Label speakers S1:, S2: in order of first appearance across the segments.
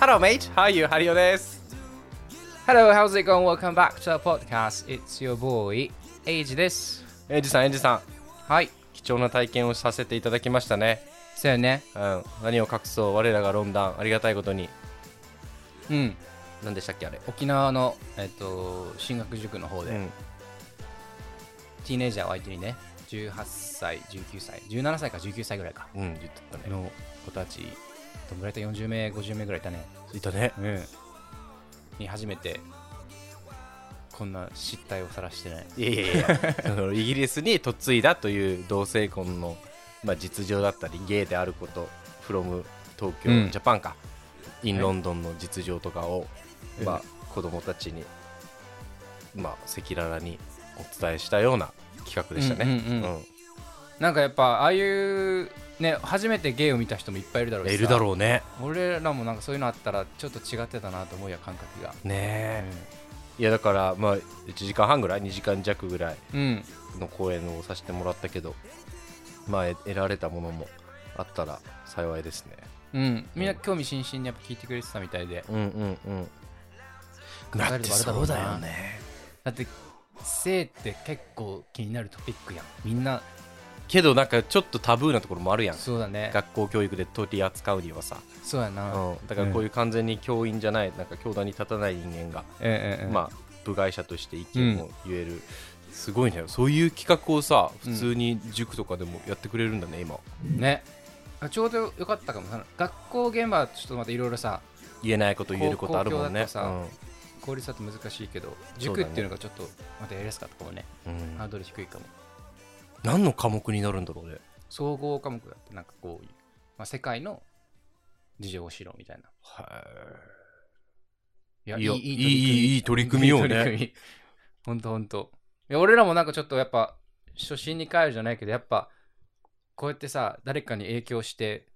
S1: Hello, mate. How are you? ハリオです。
S2: Hello, how's it going? Welcome back to our podcast. It's your boy, Age です。
S1: エイジさん、エイジさん、
S2: はい。
S1: 貴重な体験をさせていただきましたね。
S2: そうよね。
S1: うん、何を隠そう、我らが論壇、ありがたいことに。
S2: うん。
S1: 何でしたっけ、あれ。
S2: 沖縄の、えっと、進学塾の方で、
S1: うん、
S2: ティーネイジャーを相手にね、18歳、19歳、17歳か19歳ぐらいか。
S1: うん、言ってたね。
S2: の子たち、どんぐらいいた ?40 名、50名ぐらいいたね。
S1: いたね。
S2: うん。に初めて、こんな失態を晒してない。
S1: いやいやいやそのイギリスに嫁いだという同性婚の、まあ、実情だったりゲイであること from 東京、
S2: うん
S1: ジャパンか in
S2: はい
S1: ロンドンの実情とかを、
S2: うん
S1: まあ、子供たちにまあ赤裸々にお伝えしたような企画でしたね。
S2: うんうんうん
S1: うん
S2: なんかやっぱ、ああいう、ね、初めてゲイを見た人もいっぱいいるだろうしさ
S1: いるだろうね。
S2: 俺らもなんかそういうのあったらちょっと違ってたなと思うよ感覚が
S1: ねえいやだからまあ1時間半ぐらい2時間弱ぐらい
S2: うん
S1: の公演をさせてもらったけどまあえ得られたものもあったら幸いですね。
S2: うんみんな興味津々にやっぱ聞いてくれてたみたいで
S1: うんうんうん
S2: だ
S1: だ
S2: っ
S1: ってて
S2: そ
S1: そうう
S2: だ
S1: だ
S2: よ
S1: よね
S2: だって性って結構気になるトピックやんみんな
S1: けどなんかちょっとタブーなところもあるやん
S2: そうだね
S1: 学校教育で取り扱うにはさ、
S2: そうや
S1: う
S2: なうん
S1: ん、だからこういう完全に教員じゃないなんか教団に立たない人間が、
S2: うんうん
S1: まあ部外者として意見を言える、すごいねそういう企画をさ普通に塾とかでもやってくれるんだね今
S2: ねあちょうどよかったかもその学校現場はちょっとまたいろいろさ
S1: 言えないこと言えることあるもんね
S2: 公共だと効率だと難しいけど
S1: そう
S2: 塾
S1: だね
S2: っていうのがちょっとまたやりやすかったかもね
S1: うんうん
S2: ハードル低いかも
S1: 何の科目になるんだろうね
S2: 総合科目だってなんかこう、まあ、世界の事情を知ろうみたいないや、い
S1: い
S2: い
S1: や
S2: いい
S1: いいいい取り組みをね
S2: いい取り組みほんとほんと。いや、俺らもなんかちょっとやっぱ、初心に帰るじゃないけど、やっぱ、こうやってさ、誰かに影響して、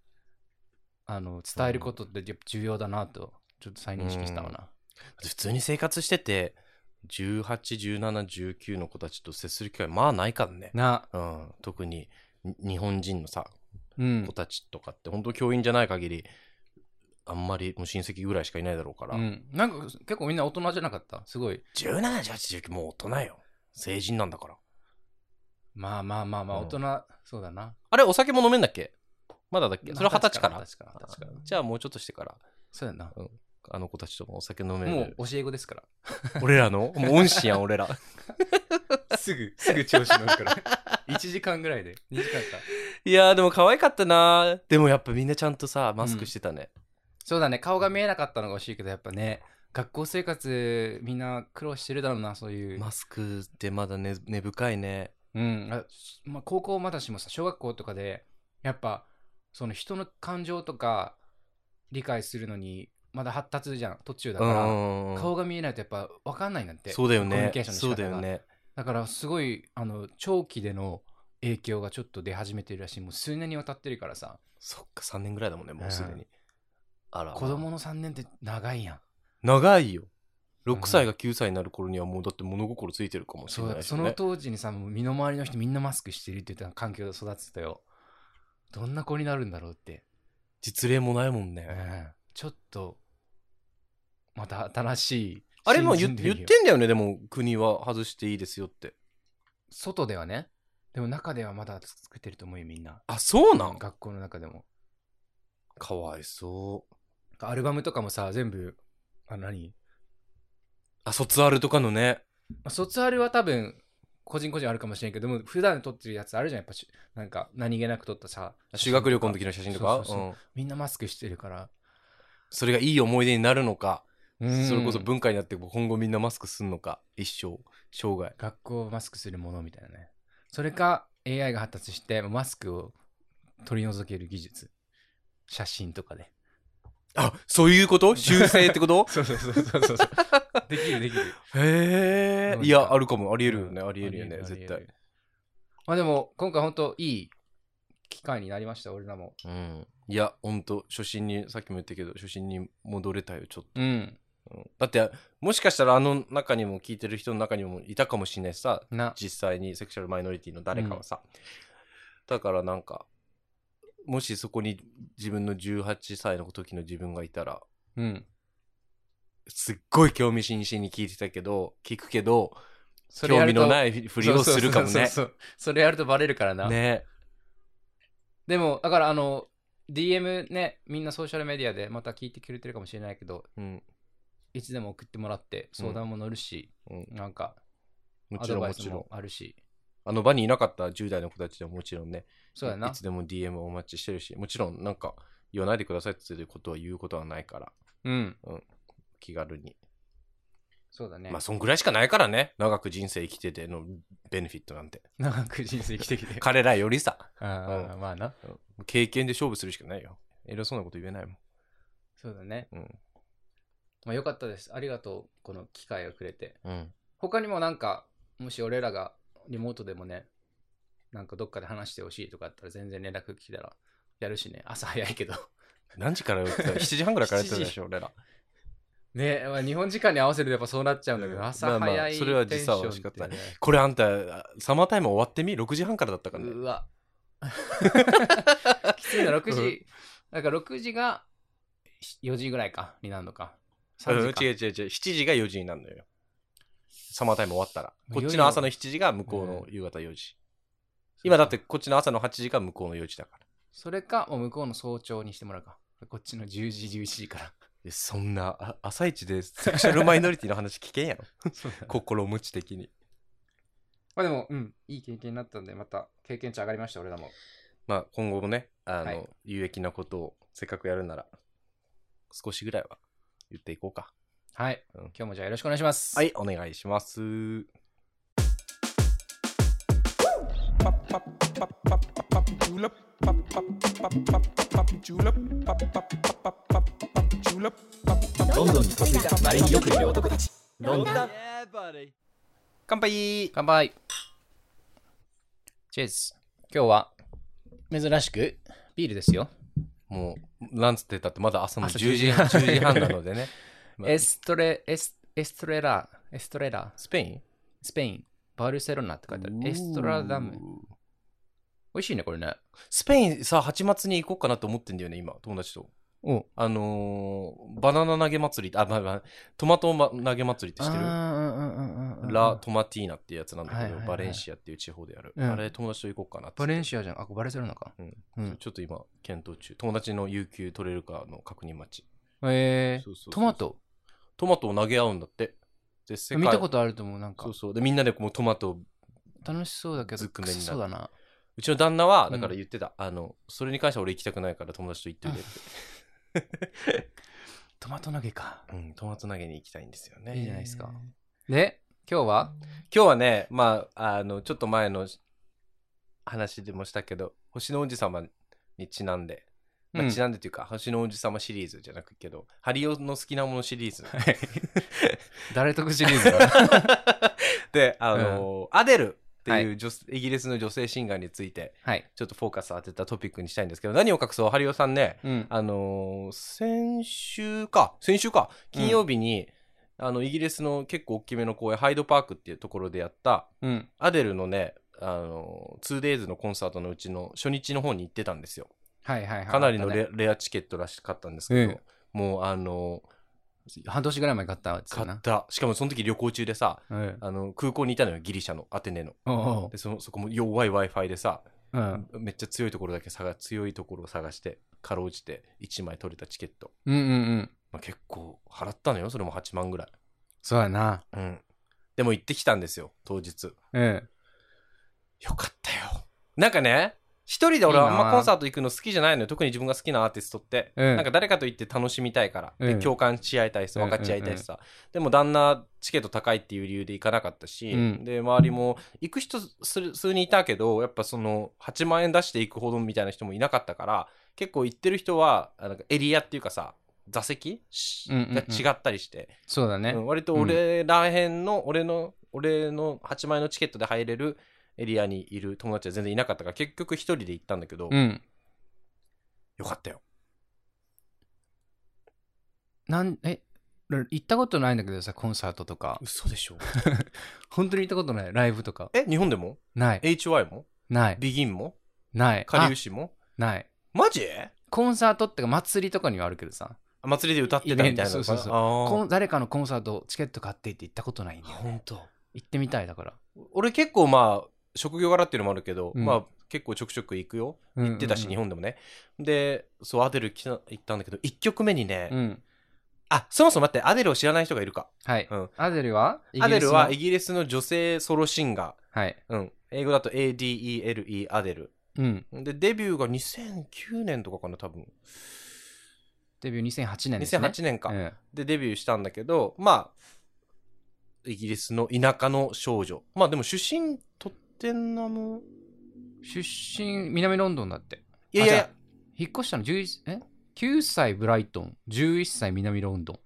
S2: あの、伝えることってやっぱ重要だなと、ちょっと再認識したわな。
S1: 普通に生活してて181719の子たちと接する機会まあないからね、
S2: な、
S1: うん、特にに日本人のさ
S2: うん
S1: 子。たちとかって本当教員じゃない限りあんまりもう親戚ぐらいしかいないだろうから、
S2: うん、なんか結構みんな大人じゃなかったすごい。
S1: 171819もう大人よ成人なんだから
S2: まあまあまあまあ、
S1: うん
S2: 大人、そうだな。
S1: あれお酒も飲めんだっけまだだっけそれ二十歳から
S2: 二十歳から。二十歳から
S1: じゃあもうちょっとしてから
S2: そうやな。
S1: あの子たちともお酒飲め
S2: も
S1: る
S2: う教え子ですから。
S1: 俺らのもう恩師や ん俺ら
S2: すぐ、すぐ調子乗るから。1時 間ぐらいで。2時間か。
S1: いやーでも可愛かったなでもやっぱみんなちゃんとさマスクしてたね、
S2: そうだね顔が見えなかったのが惜しいけどやっぱね学校生活みんな苦労してるだろうなそういう、
S1: マスクってまだ根根深いね。
S2: うんあまあ、高校まだしもさ小学校とかでやっぱその人の感情とか理解するのにまだ発達じゃん途中だから、
S1: うん
S2: 顔が見えないとやっぱ分かんないんだって
S1: そうだよ
S2: コミュ
S1: ね
S2: ニケー。ションの仕方
S1: そう
S2: が
S1: だよね。
S2: だからすごいあの長期での影響がちょっと出始めてるらしいもう数年にわたってるからさ
S1: そっか3年ぐらいだもんねもうすでに。
S2: うん
S1: あら
S2: 子供の3年って長いやん
S1: 長いよ。6歳が9歳になる頃にはもうだって物心ついてるかもし
S2: そ
S1: れ
S2: う
S1: な
S2: だ
S1: いし
S2: その
S1: ね。
S2: 当時にさもう身の回りの人みんなマスクしてるって言った環境で育ってたよどんな子になるんだろうって、
S1: 実例もないもんね。
S2: ちょっとまた新しい
S1: あれも言
S2: 新人類
S1: 言
S2: を
S1: ってんだよねでも国は外していいですよって。
S2: 外ではねでも中ではまだ作ってると思うよみんな
S1: あそうなん
S2: 学校の中でも
S1: かわいそう。
S2: アルバムとかもさ全部あ何
S1: あ卒アルとかのね。
S2: まあ卒アルは多分個人個人あるかもしれんけども普段撮ってるやつあるじゃんやっぱしなんか何気なく撮ったさ
S1: 修学旅行の時の写真と
S2: そ
S1: か
S2: う。そうそう
S1: うん
S2: みんなマスクしてるから
S1: それがいい思い出になるのか。それこそ
S2: うん
S1: 文化になって今後みんなマスクすんのか。一生生涯。
S2: 学校をマスクするものみたいなねそれか AI が発達してマスクを取り除ける技術写真とかで
S1: あそういうこと修正ってこと
S2: そうそうそうそう そうできるできる
S1: へ
S2: なん
S1: え。
S2: か
S1: いや、あるかも。ありえるよね。
S2: うん
S1: ありえるよね、
S2: あり
S1: 絶
S2: あり
S1: 対
S2: え。るまあでも今回本当いい機会になりました俺らも
S1: うん。いや、ほんと、初心に、さっきも言ったけど、初心に戻れたよ、ちょっ
S2: うん
S1: と。うんだって、もしかしたらあの中にも、聞いてる人の中にもいたかもしれないしさ、
S2: な
S1: 実際にセクシャルマイノリティの誰かはさ。だからなんか、もしそこに自分の18歳の時の自分がいたら、
S2: うん。
S1: すっごい興味津々に聞いてたけど聞くけど
S2: それ
S1: 興
S2: や
S1: 味
S2: ると
S1: のないふりをするかも
S2: そう
S1: ね
S2: そうそうそうそれやるとバレるからな。
S1: ね
S2: でも、だからあの、DM ね、みんなソーシャルメディアでまた聞いてくれてるかもしれないけど、
S1: うん
S2: いつでも送ってもらって、相談も乗るし、
S1: うん
S2: なんか、
S1: も
S2: ア
S1: ちろん
S2: ドバイ
S1: も
S2: ス
S1: ちろん
S2: もあるし、
S1: あの場にいなかった10代の子たちでももちろんね。
S2: そうやない
S1: つでも DM をお待ちしてるしもちろんなんか言わないでくださいっていうことは言うことはないから
S2: うん、
S1: 気軽に
S2: そうだね。
S1: まあそんぐらいしかないからね長く人生生きててのベネフィットなんて
S2: 長く人生生きて きて。
S1: 彼らよりさ
S2: ああ、まあな。
S1: うん経験で勝負するしかないよ偉そうなこと言えないもん
S2: そうだね。
S1: うん
S2: まあよかったです。ありがとう、この機会をくれて。
S1: うん
S2: 他にもなんか、もし俺らがリモートでもね、なんかどっかで話してほしいとかあったら全然連絡来たらやるしね、朝早いけど。
S1: 何時からやってた ?7 時半ぐらいからやってたでしょ、俺ら。
S2: ね、まあ、日本時間に合わせるとやっぱそうなっちゃうんだけ
S1: う
S2: ど、
S1: ん
S2: 朝
S1: まあま
S2: 早
S1: あ
S2: い
S1: それは時差は
S2: テンションってね
S1: これあんた、サマータイム終わってみ ?6 時半からだったからね。
S2: う わ。きついな、6時。なんか6時が4時ぐらいか、になるのか。
S1: うん、
S2: 3
S1: 違う違う違う
S2: 時か。。
S1: 7時が4時になるのよ。サマータイム終わったら。
S2: も
S1: こ
S2: う
S1: っちの朝の7時が向こうの夕方4時。今だってこっちの朝の8時が向こうの4時だから。
S2: それか、もう向こうの早朝にしてもらうか。こっちの10時、11時から。
S1: えそんな、あ朝一でセクシャルマイノリティの話聞けん やろ。
S2: こ
S1: 心持ち的に。
S2: まあでも、うん、いい経験になったんで、また経験値上がりました、俺らも。
S1: まあ今後もね、あの、
S2: はい
S1: 有益なことをせっかくやるなら、少しぐらいは言っていこうか。
S2: はい、
S1: うん
S2: 今日もじゃあよろしくお願いします。
S1: はい、お願いします。
S3: ロンドンに嫁いだマリンよくいる男たちロンドン
S1: 乾杯
S2: 乾杯チェーズ今日は珍しくビールですよ。
S1: もう、なんつってたってまだ朝の
S2: 朝
S1: 10
S2: 10
S1: 時
S2: 時
S1: 半
S2: 半
S1: ,10 時半なの でね。まあ
S2: エストレ、エス、エストレラ、エストレラ、
S1: スペイン
S2: スペイン、バルセロナって書いてある。エストラダム。美。味しいね、これね。
S1: スペインさ、8月に行こうかなと思ってんだよね、今、友達と。
S2: お
S1: あのーバナナ投げ祭り、あ、まあまあ、トマトま投げ祭りって知ってる
S2: る
S1: ラ・トマティーナってやつなんだけど、
S2: はいはいはい
S1: バレンシアっていう地方でやる。
S2: うん
S1: あれ、友達と行こうかなって
S2: バレンシアじゃん。あ、これバルセロナか。
S1: うん
S2: うん。
S1: ちょっと今、検討中。友達の有給取れるかの確認待ち。
S2: え
S1: そうそうそ
S2: ー、
S1: う
S2: トマト
S1: トマトを投げ合うんだって。で世界
S2: 見たことあると思う、なんか
S1: そう。そう。で、みんなでこうトマトを
S2: 楽しそうだけ
S1: ず
S2: ど、
S1: っくめにな
S2: 臭
S1: る
S2: そうだな。
S1: うちの旦那は、
S2: うん
S1: だから言ってた、あの、それに関しては俺行きたくないから友達と行っておいでって。
S2: トマト投げか。
S1: うん、トマト投げに行きたいんですよね。
S2: いいじゃないですか。で、今日は
S1: 今日はね、まあ、あの、ちょっと前の話でもしたけど、星の王子様にちなんで、まあ
S2: うん
S1: ちなんでというか、星の王子様シリーズじゃなくけど、ハリオの好きなものシリーズ。
S2: 誰得シリーズ だ
S1: で、あの、アデルって
S2: はい
S1: いう女イギリスの女性シンガーについて、
S2: はい。
S1: ちょっとフォーカス当てたトピックにしたいんですけど、何を隠そう、ハリオさんね、
S2: うん。
S1: あのー先週か、先週か、金曜日に、あの、イギリスの結構大きめの公園、ハイドパークっていうところでやった、
S2: うん。
S1: アデルのね、あのー、2days のコンサートのうちの初日の方に行ってたんですよ。
S2: はいはいはい。
S1: かなりの
S2: あった
S1: レ,、
S2: ね
S1: レアチケットらしかったんですけど、
S2: え
S1: もうあの
S2: 半年ぐらい前に買ったやつ
S1: ー、
S2: だ
S1: 買っ
S2: な。
S1: た。しかもその時旅行中でさ、
S2: うん。
S1: あの、空港にいたのよ、ギリシャの、アテネの。
S2: おうおう
S1: で、そのそこも弱い Wi-Fi でさ、
S2: うん。
S1: めっちゃ強いところだけ探、強いところを探して、かろうじて1枚取れたチケット。
S2: うんうんうん。
S1: まあ、結構払ったのよそれも8万ぐらい、
S2: そうやな。
S1: うん、でも行ってきたんですよ当日よ
S2: うん。
S1: かったよなんかね一人で俺
S2: いい
S1: は
S2: な
S1: あんまコンサート行くの好きじゃないのよ特に自分が好きなアーティストって、
S2: うん
S1: なんか誰かと行って楽しみたいから、で
S2: うん
S1: 共感し合いたいしさ分かち合いたいしさ、でも旦那チケット高いっていう理由で行かなかったし、
S2: うん
S1: で周りも行く人する数人いたけどやっぱその8万円出して行くほどみたいな人もいなかったから結構行ってる人はあなんかエリアっていうかさ座席、し
S2: うんうんうん
S1: が違ったりして
S2: そうだね
S1: う。ん割と俺らへんの、俺の俺の8枚のチケットで入れるエリアにいる友達は全然いなかったから結局一人で行ったんだけど、
S2: うん。
S1: よかったよ
S2: なん、え、行ったことないんだけどさ、コンサート とか。
S1: 嘘でしょ
S2: 本当に行ったことない。ライブとか。
S1: え日本でも
S2: ない。
S1: HY も
S2: ない。
S1: ビギンも
S2: ない。
S1: かり
S2: あ
S1: ゆしも
S2: ない。
S1: マジ
S2: コンサートってか祭りとかにはあるけどさ。
S1: 祭りで歌ってたみたいな
S2: イベントそうそうそう
S1: あ
S2: こん誰かのコンサートチケット買ってって行ったことないんだよ
S1: 本当
S2: 行ってみたいだから
S1: 俺結構まあ職業柄っていうのもあるけど、
S2: うん
S1: まあ結構ちょくちょく行くよ
S2: 行
S1: 行ってたし、日本でもねでそうアデル来た行ったんだけど1曲目にね、
S2: うん
S1: あそもそも待ってアデルを知らない人がいるか
S2: はい
S1: うん
S2: アデルはイギ
S1: ア
S2: リス
S1: デ
S2: の
S1: ルはイギリスの女性ソロシンガ
S2: はい
S1: ー、うん、英語だと ADELE アデル
S2: うん
S1: でデビューが2009年とかかな多分
S2: デビュー2008年ですね
S1: 2008年か、
S2: うん
S1: でデビューしたんだけどまあイギリスの田舎の少女まあでも出身とってんなも
S2: 出身南ロンドンだって
S1: いやいやい
S2: あじ
S1: や
S2: ゃあ引っ越したの11え9歳ブライトン11歳南ロンドン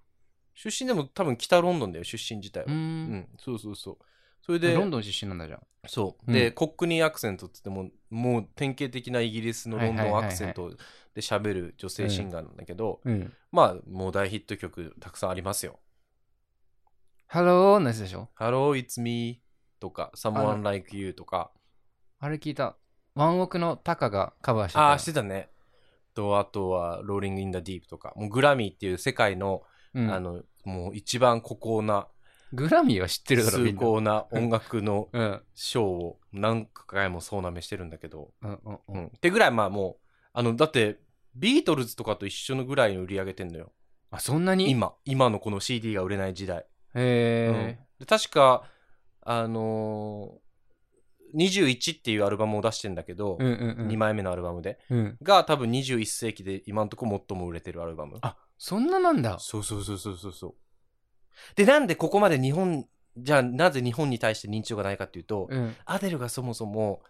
S1: 出身でも多分北ロンドンだよ出身自体は
S2: うー
S1: うんん、そうそうそうそれで
S2: ロンドン出身なんだじゃん
S1: そう、
S2: うん
S1: でコックニーアクセントっつってももう典型的なイギリスのロンドンアクセントで喋る女性シンガーなんだけど、
S2: うん
S1: まあもう大ヒット曲たくさんありますよ
S2: 「ハロー」のやつでしょ
S1: 「Hello It's Me」とか「
S2: あ
S1: Someone Like You」とか
S2: あれ聞いたワンオクのタカがカバーしてた
S1: ああーしてたねとあとは「Rolling in the Deep」とかもうグラミーっていう世界の,、
S2: うん
S1: あのもう一番孤高な
S2: グラミーは知ってるだろみ
S1: 崇
S2: んな
S1: 高な音楽の
S2: うん
S1: 賞を何回も総なめしてるんだけど
S2: うんうんう
S1: うんん、ってぐらいまあもうあのだってビートルズとかと一緒のぐらいの売り上げてんのよ
S2: あそんなに
S1: 今今のこの CD が売れない時代、うん
S2: へ
S1: で確かあのー21っていうアルバムを出してんだけど、
S2: えうんうんうん
S1: 2枚目のアルバムで
S2: うん
S1: が多分21世紀で今んとこ最も売れてるアルバム
S2: あそんななんだ
S1: そうそうそうそうそうそうでなんでここまで日本じゃあなぜ日本に対して認知度がないかっていうと、
S2: うん
S1: アデルがそもそも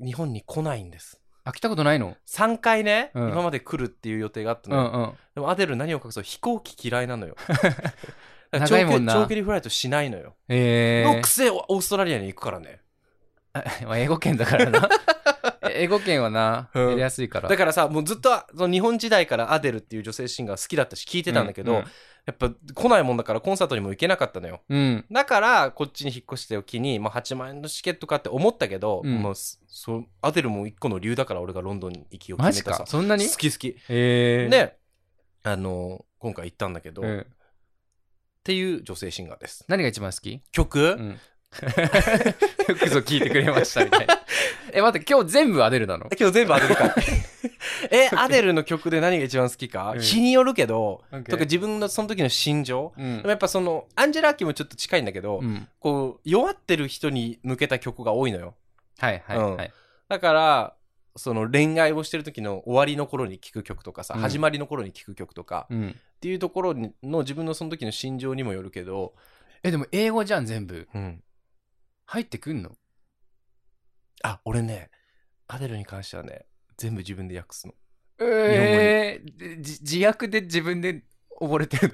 S1: 日本に来ないんです
S2: あ来たことないの
S1: 3回ね、
S2: うん
S1: 今まで来るっていう予定があった
S2: う
S1: のよ、
S2: んうん
S1: でもアデル何を隠そう飛行機嫌いな のよだから
S2: 長いもん
S1: 長距
S2: な
S1: 離長距離フライトしないのよ、
S2: へえ
S1: のくせオーストラリアに行くからね
S2: まあ英語圏だか らなえ英語圏はな
S1: うん
S2: やりやすいから
S1: だからさもうずっとその日本時代からアデルっていう女性シンガー好きだったし聞いてたんだけど、
S2: うん
S1: やっぱ来ないもんだからコンサートにも行けなかったのよ
S2: うん
S1: だからこっちに引っ越しておきに、まあ、8万円のチケットかって思ったけど、
S2: うん
S1: もうそそうアデルも一個の理由だから俺がロンドンに行きを
S2: マ
S1: 決
S2: ジ
S1: めたさ
S2: かそんなに
S1: 好き好き、
S2: へえ
S1: であの今回行ったんだけど、
S2: う
S1: っ
S2: ん
S1: ていう女性シンガーです
S2: 何が一番好き
S1: 曲、
S2: うん、よくぞ聞いてくれましたみた いな。え、待って、今日全部アデルなの
S1: 今日全部アデル かえアデルの曲で何が一番好きか、
S2: うん
S1: 日によるけど、
S2: OK
S1: とか自分のその時の心情、
S2: うん
S1: でもやっぱそのアンジェラ・アキもちょっと近いんだけど、
S2: うん。
S1: こう弱ってる人に向けた曲が多いのよ
S2: はいはい
S1: うん
S2: はい。
S1: だからその恋愛をしてる時の終わりの頃に聴く曲とかさ、
S2: うん
S1: 始まりの頃に聴く曲とか、っ
S2: うん
S1: ていうところにの自分のその時の心情にもよるけど、
S2: え、でも英語じゃん、全部。
S1: うん、
S2: 入ってくんの
S1: あ俺ねアデルに関してはね全部自分で訳すの
S2: えー、でじ自訳で自分で溺れてる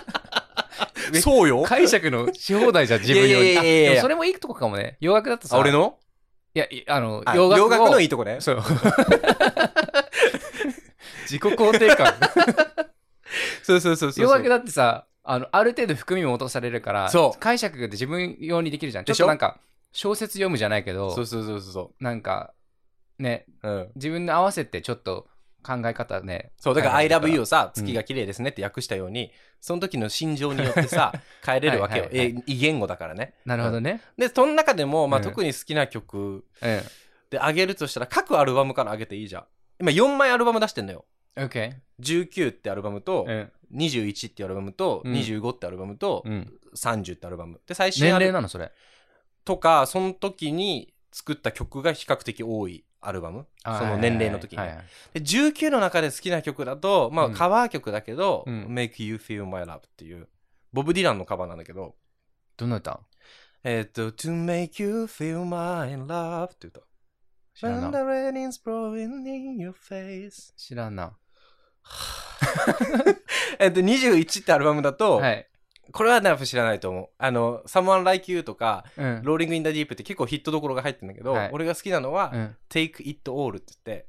S2: え
S1: そう
S2: の
S1: よ
S2: 解釈のし放題じゃん、自分
S1: い
S2: より。
S1: やいやいやいや
S2: あでもそれもいいとこかもね。洋楽だとさ、
S1: あ俺の
S2: いや、いあの、
S1: あ
S2: 洋楽を
S1: 洋楽のいいとこね
S2: そう。自己肯 定感。
S1: そうそうそうそうそう。
S2: 洋楽だってさあのある程度含みも落とされるから
S1: そう
S2: 解釈で自分用にできるじゃんち
S1: で
S2: ょっ
S1: しょ
S2: となんか小説読むじゃないけど
S1: そうそうそうそうそ
S2: なんかね
S1: う。うん。
S2: 自分の合わせてちょっと考え方ね
S1: そう、だから I
S2: 変えられ
S1: love
S2: る
S1: you をさ、
S2: うん
S1: 月が綺麗ですねって訳したように、その時の心情によって さ、変えれるわけよ。
S2: はいはい
S1: え
S2: は
S1: 異言語だからね。
S2: なるほどね、
S1: で、その中でも、まあ
S2: うん
S1: 特に好きな曲
S2: うん
S1: で上げるとしたら、各アルバムから上げていいじゃん。今4枚アルバム出してんのよ。
S2: OK、
S1: 19ってアルバムと
S2: う、ん
S1: 21ってアルバムと、
S2: うん
S1: 25ってアルバムと
S2: う、ん、
S1: 30ってアルバム。で、最新
S2: 年
S1: ア
S2: 齢
S1: ル
S2: なのそれ
S1: とか、その時に作った曲が比較的多いアルバム。その年齢の時にね
S2: はい。はい
S1: で19の中で好きな曲だと、まあ、
S2: うん
S1: カバー曲だけど「
S2: うん
S1: Make You Feel My Love」っていうボブ・ディランのカバーなんだけど
S2: どんな歌
S1: 「えっと To Make You Feel My Love」って歌
S2: 知ら
S1: When the
S2: な
S1: rain's blowing in your face
S2: 知らな
S1: えっと21ってアルバムだと、
S2: はい、
S1: これはねやっぱ知らないと思うあの「Someone Like You」とか
S2: うん
S1: 「Rolling in the Deep」って結構ヒットどころが入ってるんだけど、
S2: はい
S1: 俺が好きなのは「
S2: うん、
S1: Take It All」って言って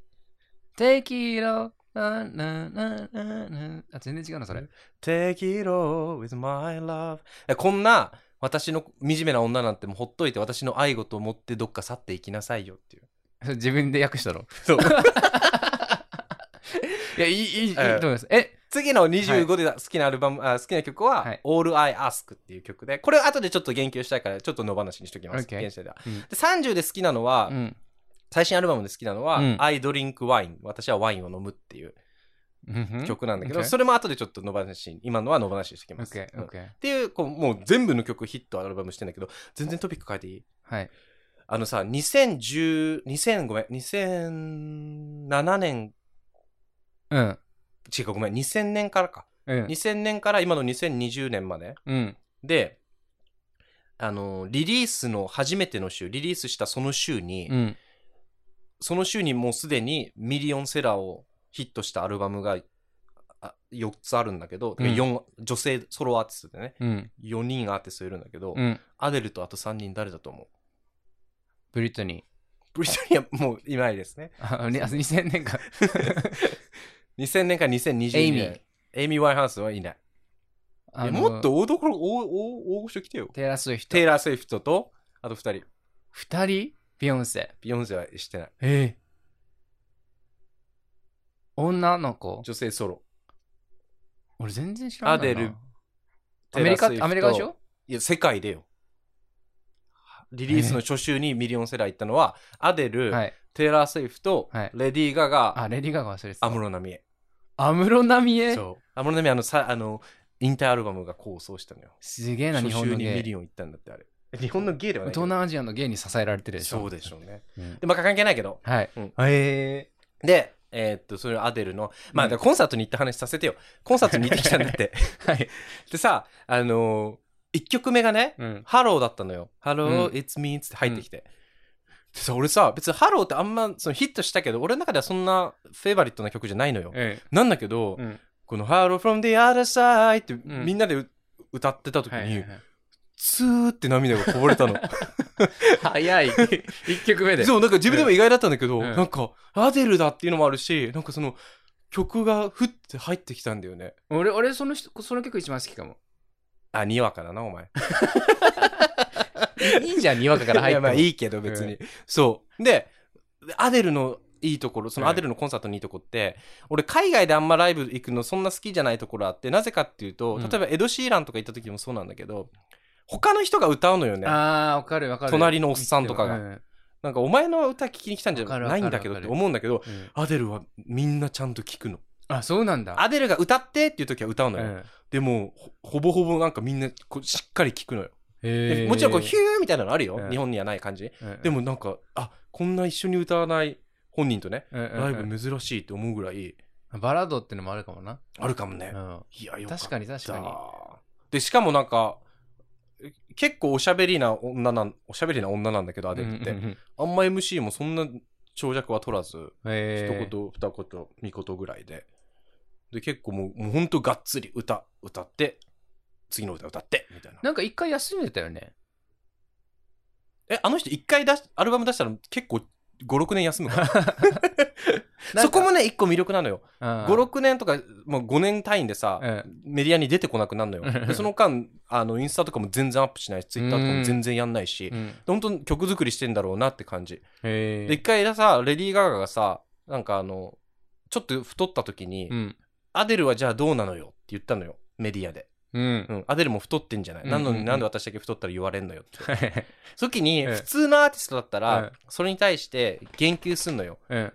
S2: Take it all なななななあ全然違うなそれ
S1: Take it all with my love こんな私の惨めな女なんてもうほっといて私の愛ごと思ってどっか去 っていきなさいよっていう
S2: それ自分で訳したの
S1: そうい
S2: いや、いい、いい、いいと
S1: ええ
S2: 思います。え、
S1: 次の25で好きなアルバム、あ好きな曲は、
S2: はい
S1: All I Ask っていう曲で、これは後でちょっと言及したいから、ちょっと野放しにしときます。
S2: Okay
S1: 現時点では
S2: うん
S1: で30で好きなのは、
S2: うん。
S1: 最新アルバムで好きなのは、
S2: うん
S1: I Drink Wine。私はワインを飲むっていう曲なんだけど、それも後でちょっと野放しに、今のは野放しにしとき
S2: れ。オ
S1: ま
S2: ッ
S1: す。
S2: ケ
S1: う
S2: ー、
S1: ん
S2: オッケー。
S1: っていう、こう、もう全部の曲ヒットアルバムしてんだけど、全然トピック変えていい
S2: はい。
S1: あのさ、2010、2000、ごめん、2007年、
S2: うん。
S1: 違う、ごめん、2000年からか。
S2: うん。
S1: 2000年から今の2020年まで。
S2: うん。
S1: で、あの、リリースの初めての週、リリースしたその週に、
S2: うん。
S1: その週にもうすでにミリオンセラーをヒットしたアルバムがあ4つあるんだけど、
S2: うん
S1: 四女性ソロアーティストでね、
S2: うん。
S1: 4人アーティストいるんだけど、
S2: うん。
S1: アデルとあと3人誰だと思う
S2: ブリトニー。
S1: ブリトニアもういないです ね。
S2: あ、ねあ2000年か。
S1: 2000年から2020年。
S2: エイミー。
S1: エイミー・ワインハウスはいない。
S2: あ
S1: え
S2: の
S1: もっと大どころ、大大大御所来てよ。
S2: テイラー・スウィフト
S1: テイ。ラー・スウィフトと、あと2人。
S2: 二人ビヨンセ。
S1: ビヨンセはしてない。
S2: ええ。女の子。
S1: 女性ソロ。
S2: 俺全然知らないな。
S1: アデル
S2: アメリカ、
S1: テイラースウィフト
S2: アメリカでしょ
S1: いや、世界でよ。リリースの初週にミリオンセラー行ったのは、アデル、
S2: はい。
S1: テイラー・スウィフト、
S2: はい
S1: レディー・ガガ、
S2: あ、レディー・ガガ忘れてた。
S1: アム。ロナミエ。
S2: アムロナミエ
S1: そう。アムロナミエ、あの、さあの引退アルバムが構想したのよ。
S2: すげえな、
S1: 初
S2: 日本
S1: 週
S2: の
S1: にミ
S2: 芸。
S1: リオン行ったんだって、あれ。日本の芸ではない
S2: 東
S1: けど。
S2: 南アジアの芸に支えられてるでしょ。
S1: そうでしょうね。
S2: うん
S1: で、まあ、関係ないけど。
S2: はい。
S1: うん
S2: え
S1: で、えーっと、それアデルの、まあ、
S2: うん
S1: だからコンサートに行った話させてよ。コンサートに行ってきたんだって。
S2: ー、 はい。
S1: でさ、あのー、1曲目がね、
S2: うん。
S1: ハローだったのよ。ハロー、
S2: うん
S1: it's me っつって入ってきて。でさ、俺さ、別にハローってあんまそのヒットしたけど、俺の中ではそんなフェイバリットな曲じゃないのよ。
S2: え
S1: なんだけど、
S2: え。うん。
S1: このハロー from the other side って
S2: ん
S1: みんなでう歌ってた時
S2: はいはい
S1: に
S2: は、い
S1: ツーって涙がこぼれたの。
S2: 早い。 一曲目で。
S1: そう、なんか自分でも意外だったんだけど、
S2: うん
S1: なんか、アデルだっていうのもあるし、なんかその、曲がふって入ってきたんだよね。
S2: 俺、俺、その人、その曲一番好きかも。
S1: あ、にわかだな、お前。
S2: いいじゃん、にわかから入
S1: い
S2: っ
S1: や
S2: て
S1: ま
S2: も。
S1: あいいけど別に、そうでアデルのいいところそのアデルのコンサートのいいとこって、俺海外であんまライブ行くのそんな好きじゃないところあってなぜかっていうと、
S2: うん
S1: 例えばエド・シーランとか行った時もそうなんだけど他の人が歌うのよね
S2: ああ、わかるわかる。
S1: 隣のおっさんとかが
S2: うん
S1: なんかお前の歌聞きに来たんじゃ
S2: わかる
S1: な
S2: わ
S1: い
S2: かる
S1: んだけどっ
S2: わ
S1: て
S2: かる
S1: 思うんだけど
S2: うん
S1: アデルはみんなちゃんと聞くの
S2: あ、そうなんだ。
S1: アデルが歌ってっていう時は歌うの
S2: う
S1: よ、
S2: ん
S1: でもほほぼほぼなんかみんなこうしっかり聞くのよ、
S2: へ
S1: で
S2: え
S1: もちろんこうヒューみたいなのあるよ、
S2: うん
S1: 日本にはない感じ
S2: うん
S1: でもなんかあこんな一緒に歌わない本人とね
S2: うんうんうん
S1: ライブ珍しいって思うぐらい
S2: バラードってのもあるかもな。
S1: あるかもね
S2: う。ん
S1: いや、よかった。
S2: 確かに確かに。
S1: で、しかもなんか、え結構おしゃべりな女なん、おしゃべりな女なんだけど、アデルって。
S2: うんうんうん
S1: あんま MC もそんな長尺は取らず、一
S2: へ
S1: 言、
S2: え
S1: 二言、三言ぐらいで。で、結構もう、もうほんとがっつり歌、歌って、次の歌歌って、みたいな。
S2: なんか一回休んでた よね。
S1: え、あの人一回出し、アルバム出したら結構5、6年休む から。
S2: なんか
S1: そこもね、一個魅力なのよ。
S2: 5
S1: 56年とか、もう5年単位でさ、
S2: え
S1: メディアに出てこなくなるの よでその間あのインスタとかも全然アップしないしツイッターとかも全然やんないし
S2: えうん
S1: 本当に曲作りしてんだろうなって感じ
S2: へ
S1: で一回さレディー・ガガがさなんかあのちょっと太った時に、
S2: えうん
S1: アデルはじゃあどうなのよって言ったのよメディアで、
S2: うん
S1: う。ん、アデルも太ってんじゃない、
S2: うんうんうん
S1: なのになんで私だけ太ったら言われんのよって
S2: はいはい
S1: その時に
S2: ええ
S1: 普通のアーティストだったら、
S2: え
S1: それに対して言及すんのよ
S2: うん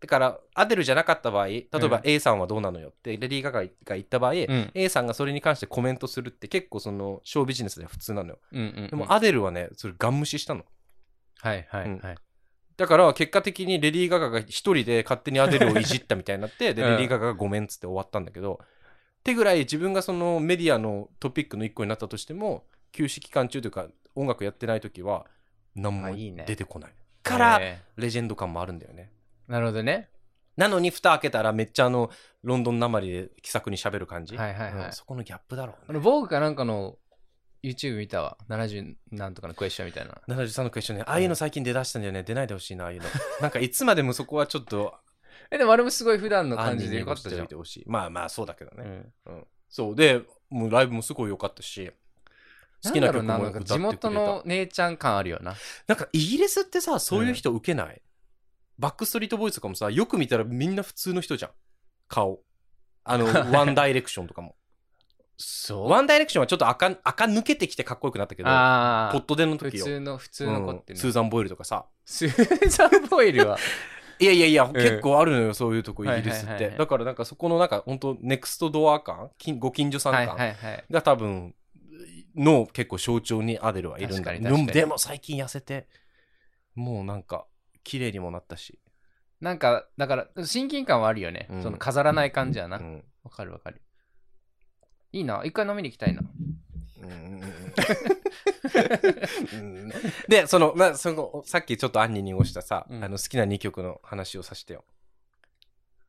S1: だからアデルじゃなかった場合例えば
S2: う
S1: A さんはどうなのよってレディー・ガガが言った場合、
S2: うん。
S1: A さんがそれに関してコメントするって結構そのショービジネスでは普通なのよ。
S2: うんうんうん
S1: でもアデルはね、それガン無視したの。
S2: はいは
S1: うん
S2: いはい。
S1: だから結果的にレディー・ガガが一人で勝手にアデルをいじったみたいにな って、で、
S2: うん
S1: レディー・ガガがごめんっつって終わったんだけど、ってぐらい自分がそのメディアのトピックの一個になったとしても、休止期間中というか音楽やってない時は何
S2: あ
S1: も
S2: いいね
S1: 出てこない。から
S2: へ
S1: レジェンド感もあるんだよね。
S2: えなるほどね。
S1: なのに蓋開けたらめっちゃあの、ロンドンなまりで気さくに喋る感じ。
S2: はいはいはい
S1: うんそこのギャップだろ
S2: あ
S1: うね。
S2: の、僕かなんかの YouTube 見たわ。70なんとかのクエスチョンみたいな。
S1: 73のクエスチョンね、ああいうの最近出だしたんだよね、出ないでほしいな、あ あいうの。なんかいつまでもそこはちょっと、
S2: え、でもあれもすごい普段の
S1: あ
S2: 感
S1: ん
S2: じ
S1: に
S2: でよ
S1: よ
S2: か
S1: か
S2: っ
S1: ったた
S2: じゃん
S1: て。ほしい。まあまあ、そうだけど
S2: う
S1: ね。
S2: ん
S1: そう。で、もうライブもすごい良かったし、好きな曲
S2: んだ
S1: も歌
S2: ろ
S1: って
S2: うななん
S1: くれ
S2: か
S1: た。
S2: 地元の姉ちゃん感あるよな。
S1: なんかイギリスってさ、そういう人受けない、バックストリートボーイズとかもさ、よく見たらみんな普通の人じゃん。顔。あ の、ワンダイレクションとかも。
S2: そ
S1: ワンダイレクションはちょっと赤、赤抜けてきてかっこよくなったけど、
S2: あ
S1: ポッ
S2: あ
S1: トデの
S2: 普
S1: 時よ。
S2: 通の普通の子っ
S1: うん
S2: てね
S1: スーザン・ボイルとかさ。
S2: スーザン・ボイル は
S1: いやいやいや、
S2: ん
S1: 結構あるのよ、そういうとこ、イギリスっ
S2: はいはいはいは
S1: て。
S2: い
S1: だからなんかそこのなんか、本当ネクストドア感近ご近所さん
S2: はい
S1: 感
S2: はいはい
S1: が多分、の結構象徴にアデルはいるん
S2: 確か
S1: だ
S2: に
S1: で
S2: 確かに
S1: もでも最近痩せて、もうなんか、綺麗にもなったし。
S2: なんかだから親近感はあるよね、
S1: うん
S2: その飾らない感じやな
S1: う
S2: わ、
S1: ん。
S2: かるわかるいいな一回飲みに行きたいな
S1: うんうんうんで、その、まあ、その、さっきちょっとアンに濁したさ、
S2: うん
S1: あの、好きな2曲の話をさせてよ。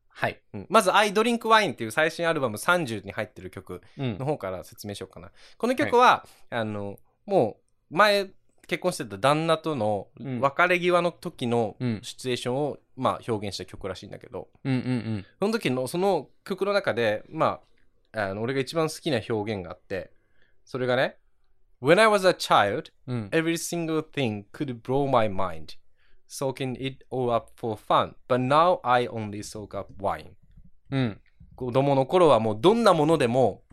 S2: はい、
S1: うんまず、I Drink Wine っていう最新アルバム30に入ってる曲
S2: うん
S1: の方から説明しようかな。この曲は、あの、もう、前、結婚してた旦那との
S2: うん
S1: 別れ際の時の
S2: うん
S1: シチュエーションを、まあ、表現した曲らしいんだけど、
S2: うんうん
S1: その時の、その曲の中で、まあ、あの俺が一番好きな表現があって、それがね、When I was a child,
S2: うんうん
S1: every single thing could blow my mind, soaking it all up for fun, but now I only soak up wine.
S2: うん
S1: 子供の頃はもうどんなものでも、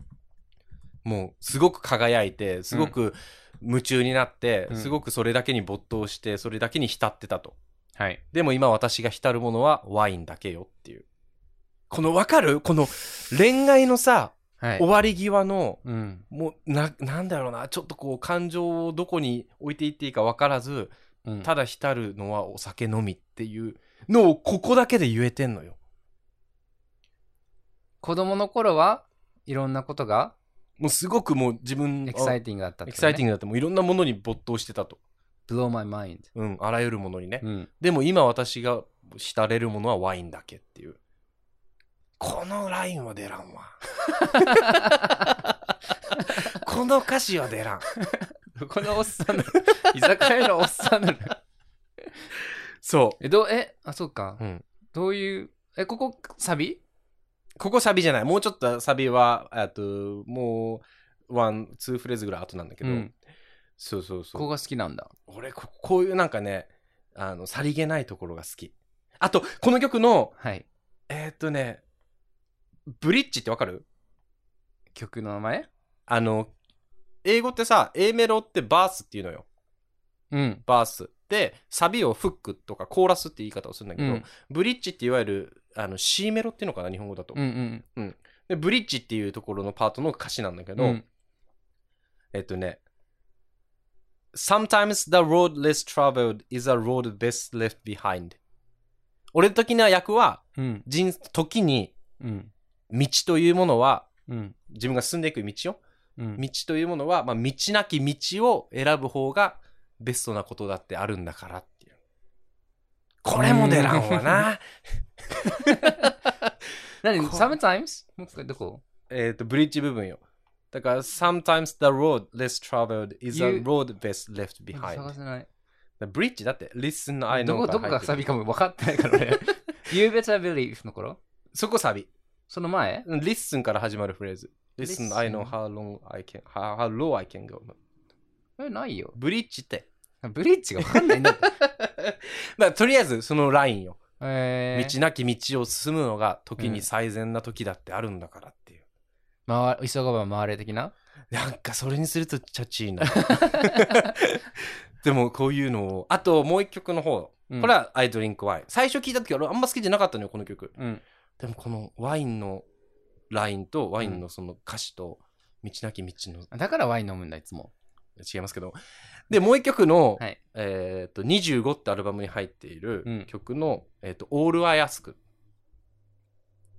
S1: もうすごく輝いて、すごく夢中になって、
S2: うん
S1: すごくそれだけに没頭して、それだけに浸ってたと。
S2: はい
S1: でも今私が浸るものはワインだけよっていう。このわかるこの恋愛のさ、
S2: はい
S1: 終わり際の、
S2: うん
S1: もうな、なんだろうな、ちょっとこう感情をどこに置いていっていいかわからず、
S2: うん
S1: ただ浸るのはお酒のみっていうのをここだけで言えてんのよ。
S2: 子供の頃はいろんなことが
S1: もうすごくもう自分
S2: エキサイティングだった
S1: エキサイティン
S2: ン
S1: グだってもういろんなものに没頭してたと。
S2: グ Blow my mind
S1: うん、あらゆるものにね。
S2: うん
S1: でも今私が浸れるものはワインだけっていう。このラインは出らん わ。この歌詞は出らん。
S2: このおっさんの居酒屋のおっさんの
S1: そ
S2: えどうえあそうか、
S1: う。うん。
S2: どういうえここサビ
S1: ここサビじゃない。もうちょっとサビは、えっと、もう、ワン、ツーフレーズぐらい後なんだけど。
S2: うん
S1: そうそうそう。
S2: ここが好きなんだ
S1: 俺こ、こういうなんかね、あの、さりげないところが好き。あと、この曲の、
S2: はい
S1: えーっとね、ブリッジってわかる
S2: 曲の名前
S1: あの、英語ってさ、A メロってバースっていうのよ。
S2: うん
S1: バース。で、サビをフックとかコーラスって言い方をするんだけ
S2: う
S1: ど、
S2: ん
S1: ブリッジっていわゆるあの C メロっていうのかな、日本語だと、
S2: うんうん
S1: で。ブリッジっていうところのパートの歌詞なんだけど、
S2: うん
S1: えっとね、Sometimes the road less traveled is a road best left behind. 俺的な役は、
S2: うん
S1: 人時に
S2: うん
S1: 道というものは、
S2: うん
S1: 自分が進んでいく道よ。
S2: うん
S1: 道というものは、まあ、道なき道を選ぶ方がベストなことだってあるんだからっていう。これも出らんわな。
S2: 何
S1: こ
S2: Sometimes? もう一回どこ
S1: えっと、ブリッジ部分よ。だから、sometimes the road less traveled is a
S2: You-
S1: road best left
S2: 探
S1: behind.
S2: せない
S1: ブリッジだって、listen, I know から入
S2: どこどこ
S1: ってる
S2: がサビかも分かってな いから俺 You better believe の頃
S1: そこサビ。
S2: その前
S1: うん listen から始まるフレーズ。listen, I know
S2: Listen
S1: how long I can, how, how low I can go.
S2: えないよ
S1: ブリッジって。
S2: ブリ ッジが分かんないん だって
S1: まあ、とりあえず、そのラインよ。
S2: えー
S1: 道なき道を進むのが時に最善な時だってあるんだからっていう。
S2: 回急がば回れ的な
S1: なんかそれにするとチャチーな。 でもこういうのを。あともう一曲の方。
S2: うん
S1: これは I Drink Wine。最初聞いた時は俺あんま好きじゃなかったのよ、この曲。
S2: うん
S1: でもこのワインのラインとワインのその歌詞と道なき道の、
S2: だからワイン飲むんだいつも
S1: 違いますけど。で、もう一曲の、
S2: はい
S1: えっと25ってアルバムに入ってい
S2: うん
S1: る曲の、えっと All I Ask。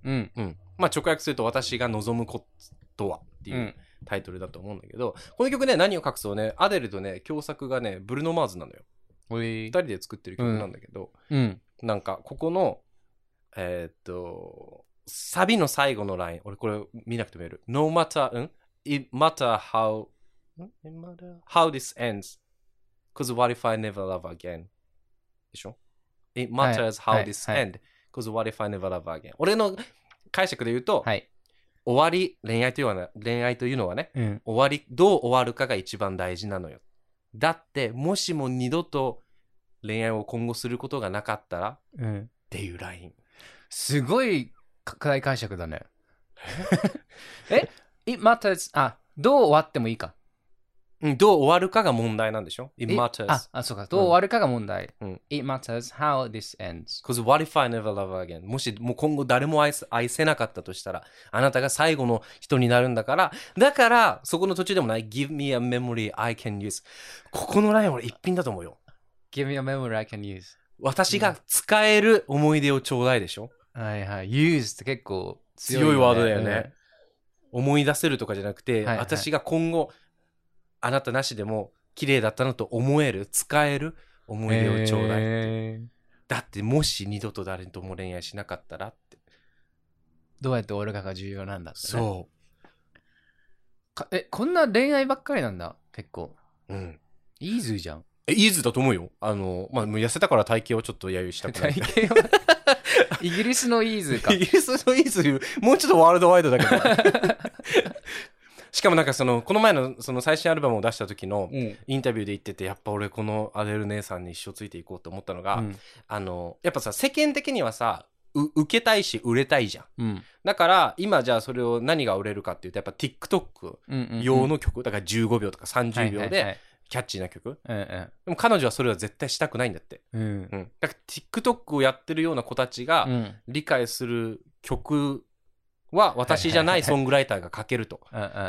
S2: うん
S1: うん。まあ直訳すると私が望むことはっていううんタイトルだと思うんだけど、この曲ね、何を隠そうね、アデルとね、共作がね、ブルーノ・マーズなのよ。
S2: お
S1: 二
S2: い
S1: 人で作ってる曲なんだけど、
S2: うん
S1: なんか、ここの、えーっと、サビの最後のライン、俺これ見なくてもやる。No matter, ん It matter how, ん It matter how this ends, cause what if I never love again? でしょ ?It
S2: はい
S1: matters
S2: は
S1: how
S2: い
S1: this
S2: はい
S1: end, cause what if I never love again? 俺の解釈で言うと、
S2: はい
S1: 終わり、恋愛というのは、恋愛というのはね、
S2: うん
S1: 終わり、どう終わるかが一番大事なのよ。だって、もしも二度と恋愛を今後することがなかったらっ
S2: うん
S1: ていうライン。
S2: すごい拡大解釈だね。え ?It matters. あ、どう終わってもいいか。
S1: うんどう終わるかが問題なんでしょ ?It
S2: It-
S1: matters.
S2: あ、あ、そうか。どう終わるかが問題。
S1: うん
S2: It matters how this ends.
S1: Because what if I never love again? もしもう今後誰も愛す愛せなかったとしたら、あなたが最後の人になるんだから、だから、そこの途中でもない、give me a memory I can use。ここのライン俺一品だと思うよ。
S2: Give me a memory I can use.
S1: 私が使える思い出をちょうだいでしょ、
S2: はいはい。use って結構強い,、
S1: 強いワードだよね。思い出せるとかじゃなくて、
S2: はいはい
S1: 私が今後、あなたなしでも綺麗だったなと思える、使える
S2: う
S1: 思
S2: ん。
S1: い出をちょうだい。
S2: へー
S1: だってもし二度と誰とも恋愛しなかったらって。
S2: どうやって終わるかが重要なんだって、ね。
S1: そ
S2: かえ、こんな恋愛ばっかりなんだ。結構。
S1: う。うん。
S2: イーズイじゃん。
S1: え、イーズだと思うよ。あの、まあ、もう痩せたから体型をちょっと揶揄したくな
S2: 体
S1: い。
S2: 型はイギリスのイーズ か
S1: イ。ギリスのイーズより、もうちょっとワールドワイドだけど。 しかもなんかその、この前のその最新アルバムを出した時の
S2: うん。
S1: インタビューで言ってて、やっぱ俺このアデル姉さんに一生ついていこうと思ったのが、
S2: うん
S1: あの、やっぱさ、世間的にはさ、う受けたいし売れたいじゃん。
S2: うん。
S1: だから、今じゃあそれを何が売れるかっていうと、やっぱ TikTok
S2: うんうん。
S1: 用の曲、だから15秒とか30秒
S2: はいはいは
S1: で
S2: い
S1: キャッチーな曲。
S2: うん
S1: でも彼女はそれは絶対したくないんだって。
S2: うん。
S1: うん、だから TikTok をやってるような子たち
S2: う
S1: が
S2: ん。
S1: 理解する曲は私じゃないソングライターが書けると。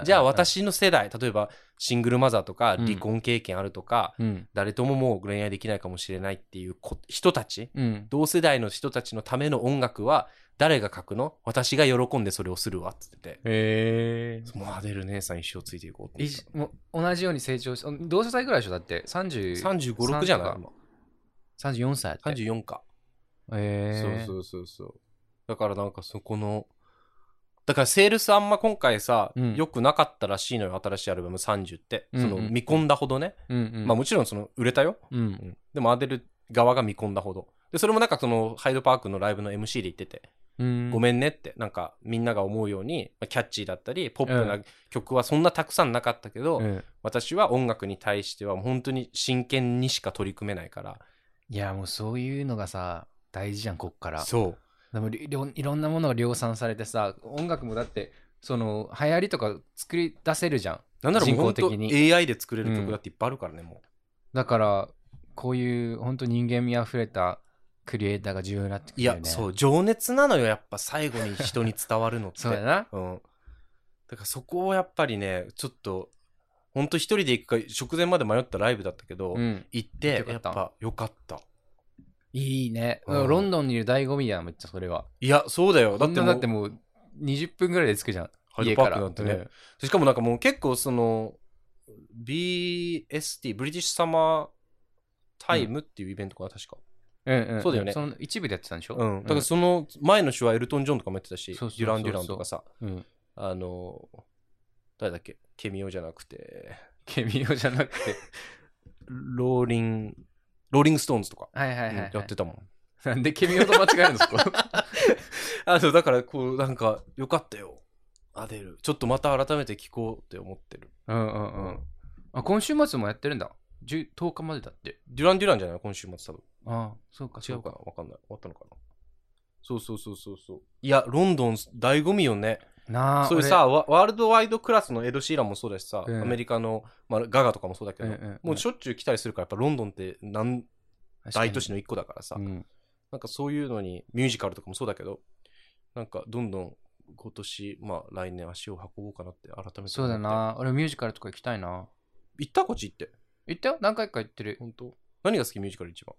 S1: じゃあ、私の世代、例えばシングルマザーとか
S2: うん
S1: 離婚経験あるとか、
S2: うん。
S1: 誰とももう恋愛できないかもしれないっていう子人たち、
S2: うん。
S1: 同世代の人たちのための音楽は誰が書くの私が喜んでそれをするわって言って
S2: へえ。
S1: て。もうアデル姉さん一生ついていこうって
S2: いじもう同じように成長し、同世代ぐらいでしょだって30
S1: 35、6じゃない
S2: 30 34歳だって。
S1: ?34 か。
S2: へえ。
S1: そううそうそうそう。だからなんかそこの、だからセールスあんま今回さ、
S2: うん
S1: 良くなかったらしいのよ、新しいアルバム30って。
S2: うん
S1: そ
S2: うん
S1: の見込んだほどね。
S2: うんうん。
S1: まあもちろんその売れたよ。
S2: うん。
S1: でもアデル側が見込んだほど。で、それもなんかそのハイドパークのライブの MC で言ってて、
S2: うん。
S1: ご
S2: ん。
S1: めんねって、なんかみんなが思うように、まあキャッチーだったり、ポップ
S2: う
S1: な曲はそんなたくさんなかったけど、
S2: うん、
S1: 私は音楽に対しては本当に真剣にしか取り組めないから。
S2: いや、もうそういうのがさ、大事じゃん、こっから。
S1: そう。
S2: でもりりょいろんなものが量産されてさ、音楽もだって、その、流行りとか作り出せるじゃん。
S1: なんならもう本
S2: 人
S1: 当
S2: 工的に
S1: AI で作れる曲だっていっぱいあるからね、もう。
S2: だから、こういう本当人間味あふれたクリエイターが重要になってく
S1: い
S2: るよ
S1: や
S2: ね。、
S1: そう、情熱なのよ、やっぱ最後に人に伝わるのって。
S2: そうだな。
S1: うん。だからそこをやっぱりね、ちょっと、ほんと一人で行くか、直前まで迷ったライブだったけど、
S2: うん。
S1: 行って
S2: よ、か
S1: やっ
S2: った
S1: ぱ良かった。
S2: いいね。
S1: うん
S2: ロンドンにいる醍醐味やん、めっちゃそれは。
S1: いや、そうだよ。だ
S2: だ
S1: っ
S2: ってて
S1: も
S2: だ
S1: う
S2: ってもう20分ぐらいで着くじゃん。
S1: ハイ
S2: 家
S1: ドパ
S2: か
S1: ー
S2: ら。
S1: クなんてね。しかもなんかもう結構その、BST、ブリティッシュサマータイムっていうイベントかな、確か。
S2: うん。うんうん
S1: そうだよね
S2: その一部でやってたんでしょ
S1: うん。だからその前の週はエルトン・ジョンとかもやってたし、デ
S2: そうそうそうそう
S1: ュラン・デュランとかさ、
S2: うん。
S1: あの、誰だっけ、ケミオじゃなくて、
S2: ケミオじゃなくて。
S1: ローリン、ローリングストーンズとか、
S2: はいはいはいはい。
S1: やってたもん。
S2: なんでケミオと間違えるんで すか
S1: あの、だから、こう、なんか、よかったよ。アデル。ちょっとまた改めて聞こうって思ってる。
S2: うんうんうん。あ、今週末もやってるんだ。10, 10日までだって。
S1: デュラン・デュランじゃない今週末多分。
S2: ああ、そうか、
S1: 違うかなわかんない。終わったのかなそうそうそうそうそう。いや、ロンドン、醍醐味よね。
S2: う。なあ、
S1: そういうさ、ワワールドワイドクラスのエド・シーランもそうだしさ、
S2: うん
S1: アメリカの、まあ、ガガとかもそうだけど、
S2: 俺、うんうん
S1: もうしょっちゅう来たりするから、やっぱロンドンってなん大都市
S2: の
S1: の一個だからさ、
S2: うん、
S1: なんかそういうのに、ミュージカルとかもそうだけど、なんかどんどん今年、まあ来年足を運ぼうかなって改めて思って
S2: そうだ。な。俺ミュージカルとか行きたいな。
S1: 行ったこっち行って。
S2: 行ったよ何回か行ってる。
S1: 本当何が好きミュージカル一番。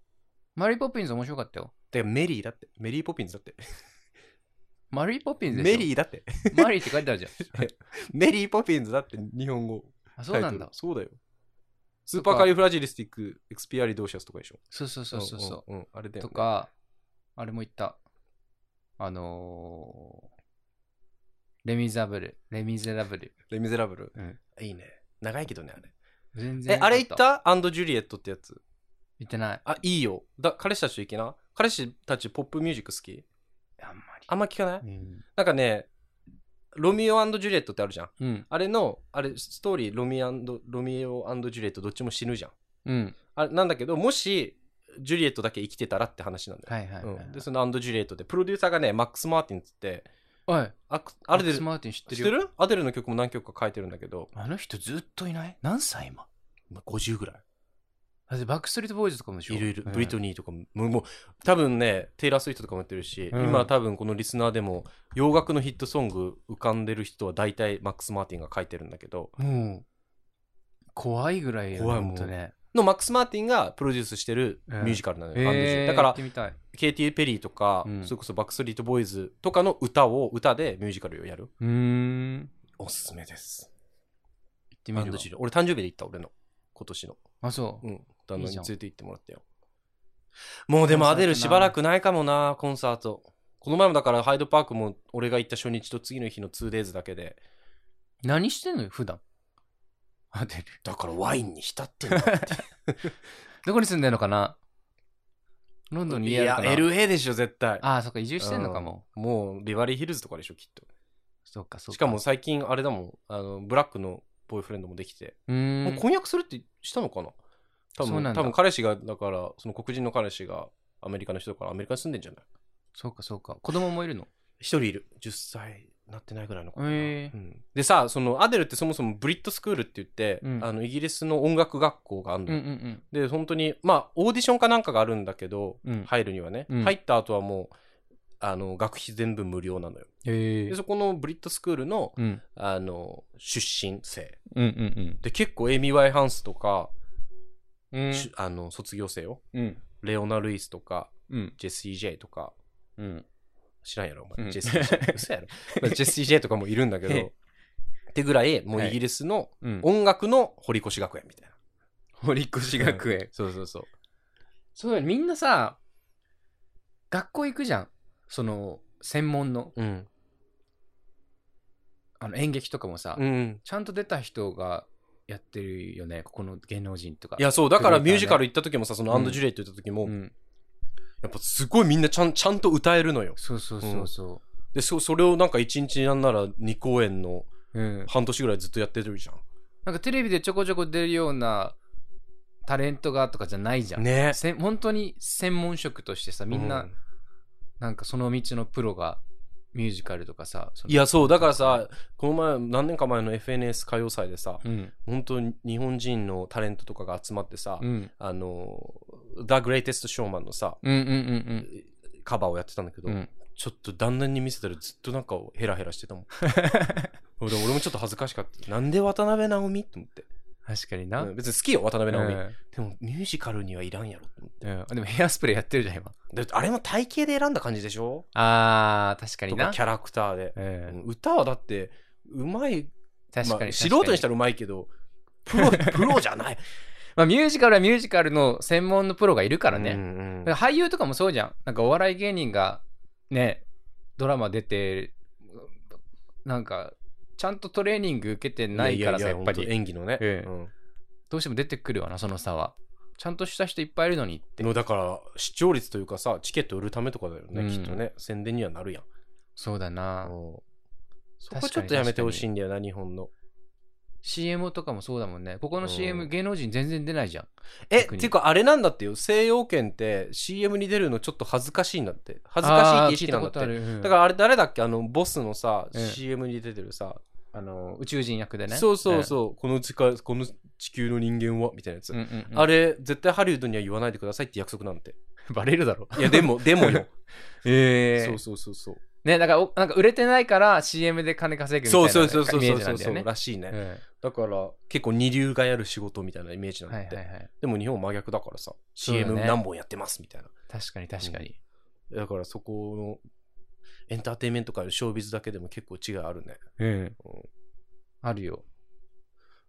S2: マリー・ポピンズ面白かったよ。
S1: てかメリーだって。メリーポピンズだって。
S2: マリー・ポピンズでしょ
S1: メリーだって。
S2: マリーって書いてあるじゃん。
S1: メリーポピンズだって日本語。
S2: あ、そうなん
S1: タイトル
S2: だ。
S1: そうだよ。スーパーカリフラジリスティック、エクスピアリドーシャスとかでしょ。
S2: そうそうそうそうそう。
S1: うん。うんあれだよね
S2: と。か、あれも行った。あのー、レミザブル、レミゼラブル。
S1: レ・ミゼラブル
S2: うん。
S1: いいね。長いけどね、あれ。
S2: 全然
S1: え、
S2: 良か
S1: あれ行ったアンド・ジュリエットってやつ。
S2: 行ってない。
S1: あ、いいよ。だ彼氏たちと行けな。彼氏たちポップミュージック好き
S2: あんま
S1: あんま聞かない、
S2: り。うん。
S1: なんかね、ロミオジュリエットってあるじゃん。
S2: うん。
S1: あれの、あれ、ストーリー、ロミロミオジュリエットどっちも死ぬじゃん。
S2: うん。
S1: あれなんだけど、もし、ジュリエットだけ生きてたらって話なんだよ。
S2: はいはいはいはい。
S1: うん、で、そのアンドジュリエットで、プロデューサーがね、マックス・マーティンっつって、
S2: おい、
S1: あアルデ
S2: マック
S1: ル
S2: スマーティン知って
S1: 知
S2: る
S1: って
S2: よ。
S1: るアデルの曲も何曲か書いてるんだけど、
S2: あの人ずっといない何歳今
S1: まあ、50ぐらい。
S2: だってバックストリートボーイズとかもでしょ
S1: いるいる。
S2: うん
S1: ブリトニーとかも、もうもう、多分ね、テイラー・スウィフトとかもやってるし、
S2: うん
S1: 今多分このリスナーでも、洋楽のヒットソング浮かんでる人は大体マックス・マーティンが書いてるんだけど、
S2: もう、怖いぐらいよね
S1: 怖いもん
S2: ほんとね。
S1: のマックス・マーティンがプロデュースしてるミュージカルなのよ、アンドジュリエットだか
S2: 行っ
S1: ら
S2: て、みたい。
S1: ケイティ・ペリーとか、
S2: うん
S1: それこそバックストリート・ボーイズとかの歌を歌でミュージカルをやる。
S2: うーん。行
S1: おすすめです。
S2: ってみ
S1: ア
S2: る
S1: ン
S2: わ
S1: ドジュリエット俺誕生日で行った、俺の。今年の。
S2: あ、そう
S1: う。ん。旦
S2: いい
S1: 那に
S2: じゃん
S1: 連れて行ってもらったよ。もうでもアデル
S2: コンサー
S1: し
S2: トな
S1: ばらくないかもな、コンサート。この前もだからハイドパークも俺が行った初日と次の日の 2days だけで。
S2: 何してんのよ、普段。アデル。
S1: だからワインに浸ってん だ
S2: どこに住んでんのかなロンドンに
S1: い
S2: 家ある
S1: や、
S2: かな
S1: LA でしょ、絶対。
S2: ああ、そっか、移住してんのかも。
S1: もう、ビバリーヒルズとかでしょ、きっ
S2: そっか、
S1: と。
S2: そっか。
S1: しかも、最近、あれだもん、あの、ブラックのボーイフレンドもできて。
S2: うー。
S1: もうん婚約するってしたのかな多
S2: そう
S1: 分
S2: なんだ
S1: 多分彼氏がだからその黒人の彼氏がアメリカの人だからアメリカに住んでんじゃない
S2: そうか、そうか。子供もいるの。
S1: 一人いる10歳なってないぐらいの子かな、
S2: へー
S1: うんでさそのアデルってそもそもブリットスクールって言って、
S2: うん
S1: あのイギリスの音楽学校がある
S2: う
S1: の
S2: ん
S1: よ、
S2: うん
S1: で本当にまあオーディションかなんかがあるんだけど、
S2: うん。うん。
S1: 入るにはね、
S2: うん
S1: 入った後はもうあの学費全部無料なのよ
S2: へえ
S1: で。そこのブリットスクールの
S2: うん。
S1: あの出身生
S2: うんうん
S1: で結構エイミー・ワイハンスとか、
S2: うん。
S1: しゅあの卒業生を
S2: うん。
S1: レオナ・ルイスとか、
S2: うん。
S1: ジェス・イ・ジェイとか、
S2: うん。
S1: 知らんやろ、お
S2: うん
S1: 前。ジェス・イ・ジェ イ。嘘やろ。まあジェス・イ・ジェイとかもいるんだけ
S2: へ
S1: ど、
S2: え
S1: ってぐらい、もう
S2: はい
S1: イギリスの
S2: うん。
S1: 音楽の堀越学園みたいな。
S2: 堀越学園。
S1: そうそうそう。
S2: そうだよみんなさ、学校行くじゃん。その、専門の、
S1: うん。
S2: あの演劇とかもさ、
S1: うん。
S2: ちゃんと出た人がやってるよね、ここの芸能人とか。
S1: いや、そう、だから
S2: クリ
S1: ミ
S2: エイターね
S1: ュージカル行った時もさ、その
S2: うん
S1: アンド・ジュレイト行った時も、
S2: うん、
S1: やっぱすごいみんなちゃんちゃんと歌えるのよ。
S2: そうそうそうそ
S1: で、そそれをなんか1日なんなら2公演の
S2: う。うん。
S1: 半年ぐらいずっとやってるじゃ
S2: なんかテレビでちょこちょこ出るようなタレントがとかじゃないじゃ
S1: ん。
S2: ん。
S1: ね。
S2: せん本当に専門職としてさ、みんな、
S1: う
S2: なんかその道のプロがミュージカルとかさ、その
S1: い、や、そう、だからさ、この前、何年か前の FNS 歌謡祭でさ、
S2: うん、
S1: 本当に日本人のタレントとかが集まってさ、
S2: うん、
S1: あの、The Greatest Showman のさ、
S2: うん、うん、うん
S1: カバーをやってたんだけど、
S2: うん、うん。
S1: ちょっと旦那に見せたらずっとなんかヘラヘラして たもん。でも俺もちょっと恥ずかしかった。なんで渡辺直美って思って。
S2: 確かにな。
S1: うん別に好きよ、渡辺直美。
S2: うん
S1: でもミュージカルにはいらんやろって思って
S2: うんでもヘアスプレーやってるじゃん、今。。
S1: だってあれも体型で選んだ感じでしょ
S2: あー、確かに
S1: とか
S2: な
S1: キ。ャラクターで。
S2: うん
S1: うん歌はだって、うまい。
S2: 確かに。
S1: まあ素人にした
S2: ら。
S1: らうまいけど、プ ロ、プロじゃない。
S2: まあ、ミュージカルはミュージカルの専門のプロがいるから
S1: う
S2: ね。
S1: んうん
S2: だから俳優とかもそうじゃん。なんかお笑い芸人がね、ドラマ出て、なんか、ちゃんとトレーニング受けてないからさ、
S1: や
S2: や
S1: や
S2: っ
S1: いや
S2: ぱり
S1: 本当。演技のね。
S2: ええ
S1: うん
S2: どうしても出てくるわな、その差は。ちゃんとした人いっぱいいるのにって。
S1: のだから視聴率というかさチケット売るためとかだよね、
S2: うん
S1: きっとね宣伝にはなるやん、
S2: そうだ
S1: う
S2: な。
S1: んそ
S2: 確か
S1: こ
S2: に
S1: ちょっとやめてほしいんだよな日本の
S2: CM とかもそうだもんね。ここの CM、
S1: うん
S2: 芸能人全然出ないじゃん。
S1: えっ
S2: 特
S1: て
S2: に
S1: いうかあれなんだってよ西洋圏って CM に出るのちょっと恥ずかしいんだって恥ずかしいって意識なんだって
S2: あー聞いたことあるうん
S1: だからあれ誰だっけあのボスのさ、
S2: ええ
S1: CM に出てるさ、
S2: あの宇宙人役でね。
S1: そうそうそう、この地下この地球の人間はみたいなやつ、
S2: うん。うんうんうん
S1: あれ絶対ハリウッドには言わないでくださいって約束なんて
S2: バレるだろ。
S1: いやでもでもよ、
S2: ええ
S1: そうそうそうそう
S2: ね、だからお、なんか売れてないから CM で金稼ぐみたい
S1: そ
S2: な
S1: うそうそうそう
S2: イメ
S1: そ
S2: ー
S1: う
S2: ジな
S1: そう
S2: んだよね。
S1: らしいね、
S2: え
S1: だから結構二流がやる仕事みたいなイメージ
S2: え
S1: なん
S2: は
S1: だ
S2: い
S1: っ
S2: は
S1: て、
S2: いはい。
S1: でも日本真逆だからさ
S2: そうだね
S1: CM 何本やってますみたいな
S2: 確かに確かに。
S1: だからそこのエンターテインメント界のショービズだけでも結構違いあるね
S2: うん
S1: うん。
S2: あるよ。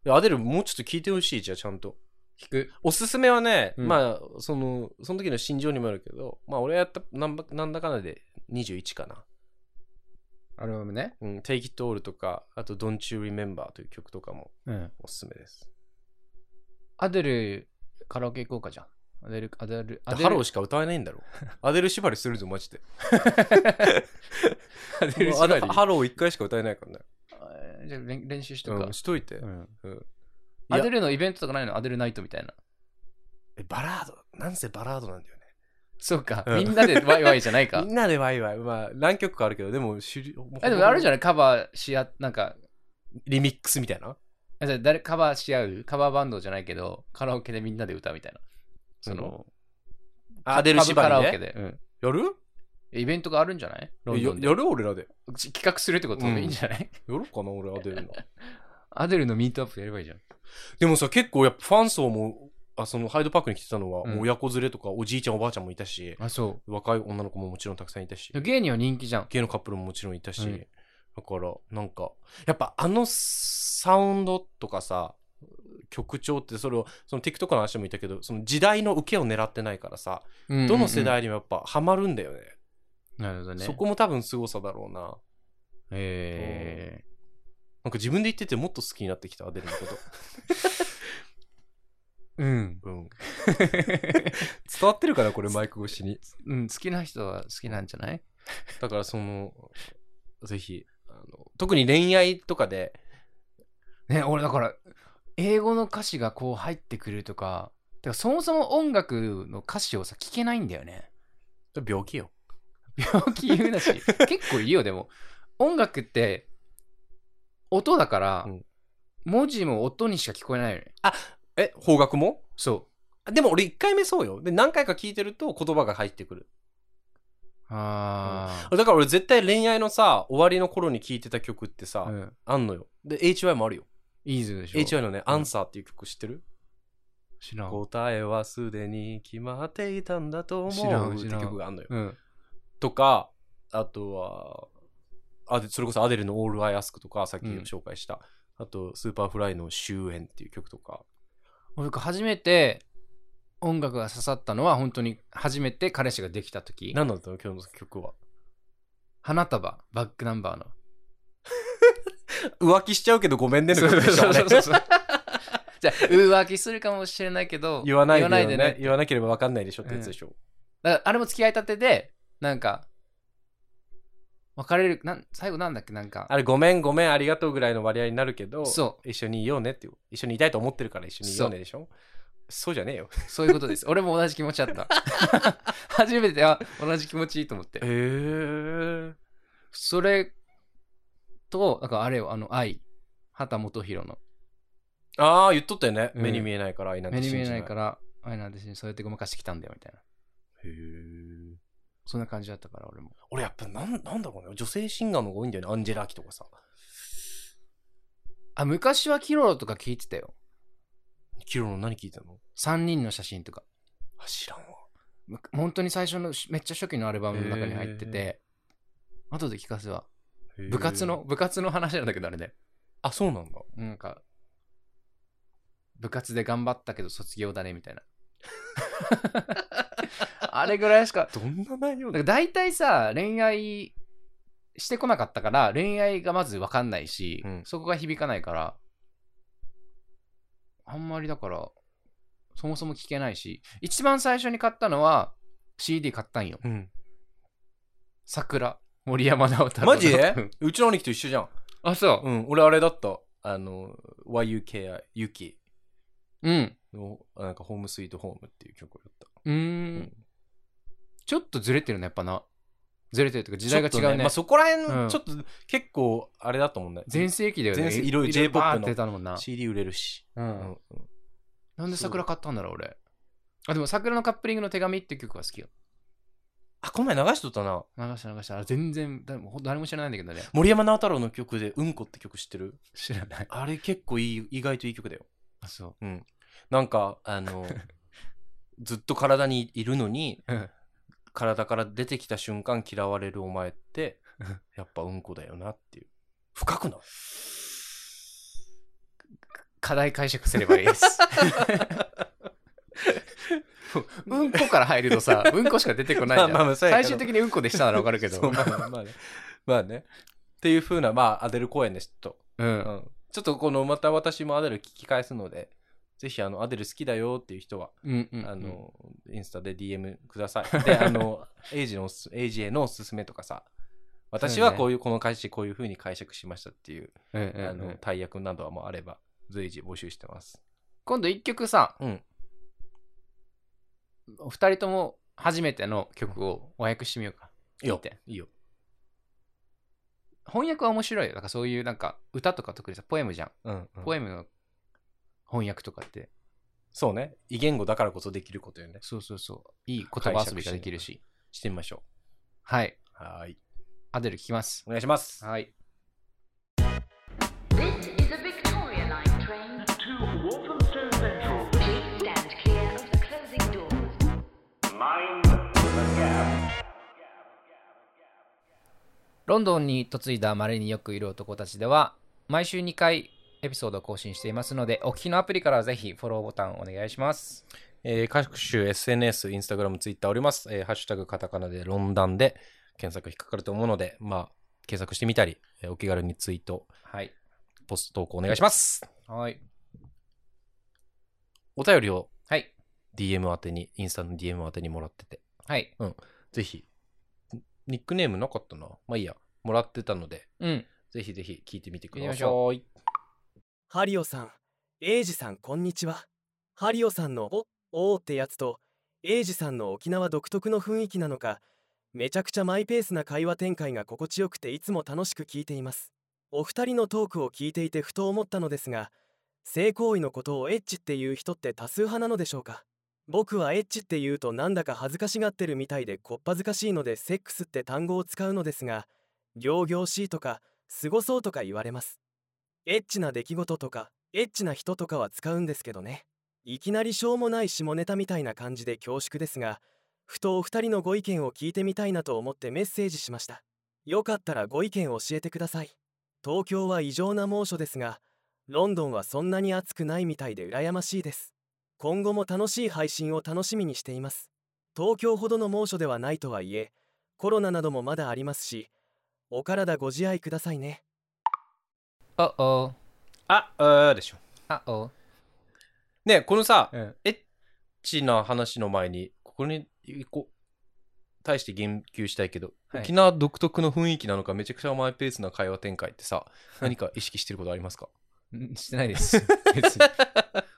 S1: でアデルもうちょっと聞いてほしいじゃあちゃんと
S2: 聞く。
S1: おすすめはね、
S2: うん
S1: まあそのその時の心情にもあるけどまあ俺はやったなんばなんだかんだで21かな
S2: アルバムね。
S1: 「うん、Take It All」とかあと「Don't You Remember」という曲とかも
S2: うん。
S1: おすすめです
S2: アデル、カラオケ行こうかじゃん。アデル、アデル、アデル。
S1: ハローしか歌えないんだ ろアデル縛りするぞマジでもう
S2: アデル縛
S1: あ
S2: り
S1: れハロー1回しか歌えないからね
S2: えーじゃあ練練習しとく
S1: う
S2: か
S1: ん、しといて、
S2: うん
S1: うん
S2: アデルのイベントとかないのアデルナイトみたいな。
S1: えバラードだっなんせバラードなんだよね。
S2: そうか、
S1: うん
S2: みんなでワイワイじゃな いか
S1: みんなでワイワイ。まあ、何曲かあるけど、でも主流、
S2: えでもあるじゃ
S1: ない
S2: ないカバーし合なんか
S1: リミックスみたいな。
S2: あじゃあ誰カバーし合うカバーバンドじゃないけどカラオケでみんなで歌うみたいなその、
S1: あアデル
S2: パブカ
S1: 縛
S2: ラオ
S1: り
S2: ケ
S1: で。
S2: で、うん
S1: やる
S2: イベントがあるんじゃないロンド
S1: よ
S2: ンで
S1: やる俺らで。
S2: 企画するってこともいいんじゃない、
S1: やるかな俺、アデルの。
S2: アデルのミートアップやればいいじゃん
S1: でもさ、結構やっぱファン層も、あそのハイドパークに来てたのは、
S2: うん
S1: もう親子連れとかおじいちゃんおばあちゃんもいたし、
S2: あそ
S1: 若い女の子ももちろんたくさんいたし、
S2: 芸人は人気じゃん
S1: ゲイのカップルももちろんいたし、
S2: うん
S1: だからなんか、やっぱあのサウンドとかさ、曲調ってそれを、その TikTok の話でも言ったけど、その時代の受けを狙ってないからさ、どの世代にもやっぱハマるんだよね。
S2: なるほどね
S1: そこも多分凄さだろうな。
S2: えー
S1: なんか自分で言っててもっと好きになってきた、アデルのこと。
S2: う ん、
S1: うん。伝わってるかな、これマイク越しに。
S2: うん、好きな人は好きなんじゃない
S1: だからその、ぜひ、あの特に恋愛とかで、
S2: ね俺だから英語の歌詞がこう入ってくるとかてかそもそも音楽の歌詞をさ聞けないんだよね
S1: 病気よ。
S2: 病気言うなし結構いいよでも音楽って音だから、
S1: うん
S2: 文字も音にしか聞こえないよね
S1: え、方角も
S2: そ
S1: でも俺1回目そうよ。で、何回か聞いてると言葉が入ってくる。
S2: うあ
S1: だから俺絶対恋愛のさ、終わりの頃に聴いてた曲ってさ、
S2: あ、うん、
S1: あんのよ。で、HY もあるよ。
S2: イーズでしょ
S1: HY のね、
S2: うん
S1: アンサーっていう曲知ってる
S2: 知らん
S1: 答えはすでに決まっていたんだと
S2: 知ら
S1: 思うんっ
S2: 知
S1: て
S2: らん
S1: 曲があんのよ。
S2: うん
S1: とか、あとは、あでそれこそアデルの「オール・アイ・アスク」とかさっき
S2: うん
S1: 紹介した、あとスーパーフライの「終焉」っていう曲とか
S2: 俺が初めて音楽が刺さったのは本当に初めて彼氏ができた時
S1: 何なんだったの今日の曲は
S2: 花束バックナンバーの
S1: 浮気しちゃうけどごめんねの曲でしょあれ
S2: そう じゃあ浮気するかもしれないけど
S1: 言わないで
S2: 言わないで
S1: よ
S2: ね
S1: ね言わなければ分かんないでしょってやつでしょ、
S2: だからあれも付き合いたてでなんか別れるなん最後なんだっけなんか
S1: あれごめんごめんありがとうぐらいの割合になるけど
S2: そ
S1: 一緒にいようねっていう一緒にいたいと思ってるから一緒にいようねでしょそうじゃねえよ
S2: そういうことです俺も同じ気持ちだった 初めては同じ気持ちいいと思って
S1: へえ
S2: それとだからあれよあの愛畑基博の
S1: ああ言っとったよね、
S2: うん
S1: 目に見えないから愛なん
S2: 目
S1: て
S2: に
S1: 信じ
S2: 見
S1: ない
S2: えないから愛なんて死にそうやってごまかしてきたんだよみたいな
S1: へえ
S2: そんな感じだったから俺も
S1: 俺やっぱなんなんだろうね女性シンガーの方が多いんだよねアンジェラ・アキとかさ
S2: あ昔はキロロとか聞いてたよ
S1: キロの何聞いたの
S2: 3人の写真とか
S1: あ知らんわ
S2: む本当に最初のしめっちゃ初期のアルバムの中に入って
S1: へ
S2: て後で聞かせは部活の部活の話なんだけどあれね
S1: あそうなんだ
S2: なんか部活で頑張ったけど卒業だねみたいな あれぐらいしか
S1: どんな内容
S2: だから大体さ恋愛してこなかったから恋愛がまず分かんないし、
S1: うん
S2: そこが響かないからあんまりだからそもそも聞けないし一番最初に買ったのは CD 買ったんよ
S1: うん
S2: 「桜」森山直太朗
S1: マジ
S2: うん
S1: うちの兄貴と一緒じゃん
S2: あそう
S1: うん俺あれだったあの YUKI ユキ
S2: うん
S1: のなんかホームスイートホームっていう曲をやった
S2: うーんちょっとずれてるねやっぱなずれてるというか時代が
S1: ちょっ
S2: 違
S1: と
S2: うね
S1: まあそこら辺
S2: うん
S1: のちょっと結構あれだったもんね
S2: 全盛期だよね
S1: 全盛期いろいろ J-POP
S2: バーって出たもんな、
S1: CD 売れるし
S2: う
S1: うんん
S2: なんで桜買ったんだろう俺あでも桜のカップリングの手紙っていう曲が好きよ
S1: あこの前流しとったな
S2: 流した流したあれ全然誰もほんと誰も知らないんだけどね
S1: 森山直太朗の曲で「うんこ」って曲知ってる
S2: 知らない
S1: あれ結構いい意外といい曲だよ
S2: あ そ
S1: なんかあ のずっと体にいるのに
S2: ううん
S1: 体から出てきた瞬間嫌われるお前ってやっぱうんこだよなっていう深くない
S2: 課題解釈すればいいです うんこから入るとさうんこしか出てこないじゃん、
S1: まあまあまあそうやけ
S2: 最
S1: ど
S2: 終的にうんこでしたならわかるけど
S1: そうまあまあまあねまあねっていう風なまあアデル公演ですちょっ
S2: う
S1: と、うんん、ちょっとこのまた私もアデル聞き返すのでぜひあのアデル好きだよっていう人は、
S2: うんうん
S1: あのインスタで DM くださいであ のエイジのおすエイジへのおすすめとかさ私はこういうこの解釈こういう風に解釈しましたっていう
S2: うんうんうん
S1: あの大役などはもうあれば随時募集してます。
S2: 今度一曲さ、
S1: うん
S2: お二人とも初めての曲を和訳してみようか。
S1: いいよ
S2: 見て。
S1: いいよ。
S2: 翻訳は面白いよ。なんかそういうなんか歌とか特にさ、ポエムじゃん。
S1: うん、うん
S2: ポエムの翻訳とかって、
S1: そうね。異言語だからこそできることよね。
S2: そうそうそう、いい言葉遊びができるし。
S1: してみましょ
S2: は
S1: う。
S2: い。
S1: はーい。
S2: アデル聞きます。
S1: お願いします。
S2: はい。
S4: This is a Victoria Line train
S5: to Wolverhampton Central.
S4: Please stand clear of the closing doors.
S5: Mind the gap.
S2: ロンドンに嫁いだ稀によくいる男たちでは、毎週2回エピソードを更新していますので、お聞きのアプリからぜひフォローボタンお願いします。
S1: えー各種 SNS、インスタグラム、ツイッターおります。えーハッシュタグカタカナでロンダンで検索引っかかると思うので、まあ、検索してみたり、えーお気軽にツイート、
S2: はい。
S1: ポスト投稿お願いします。
S2: はい。
S1: お便りを
S2: はい。
S1: DM 宛てに、インスタの DM 宛てにもらってて、
S2: はい。
S1: ぜひ、ニックネームなかったな。まあいいや、もらってたので、
S2: うん。
S1: ぜひぜひ聞いてみてく
S2: 聞いてみ
S1: だ
S2: ま
S1: さ
S2: し
S1: い。
S2: ょ
S6: ハリオさん、エイジさんこんにちは。ハリオさんのおおーってやつと、エイジさんの沖縄独特の雰囲気なのか、めちゃくちゃマイペースな会話展開が心地よくていつも楽しく聞いています。お二人のトークを聞いていてふと思ったのですが、性行為のことをエッチっていう人って多数派なのでしょうか僕はエッチっていうとなんだか恥ずかしがってるみたいでこっぱずかしいのでセックスって単語を使うのですが、行々しいとか、すごそうとか言われます。エッチな出来事とかエッチな人とかは使うんですけどねいきなりしょうもない下ネタみたいな感じで恐縮ですがふとお二人のご意見を聞いてみたいなと思ってメッセージしましたよかったらご意見を教えてください東京は異常な猛暑ですがロンドンはそんなに暑くないみたいで羨ましいです今後も楽しい配信を楽しみにしています東京ほどの猛暑ではないとはいえコロナなどもまだありますしお体ご自愛くださいね
S2: う。おお。
S1: あ、あーでしょ。
S2: あお。
S1: ねえこのさ、
S2: うん。
S1: エッチな話の前に、ここに一個、対して言及したいけど、
S2: はい
S1: 沖縄独特の雰囲気なのか、めちゃくちゃマイペースな会話展開ってさ、何か意識してることありますか
S2: ん してないです。別 に。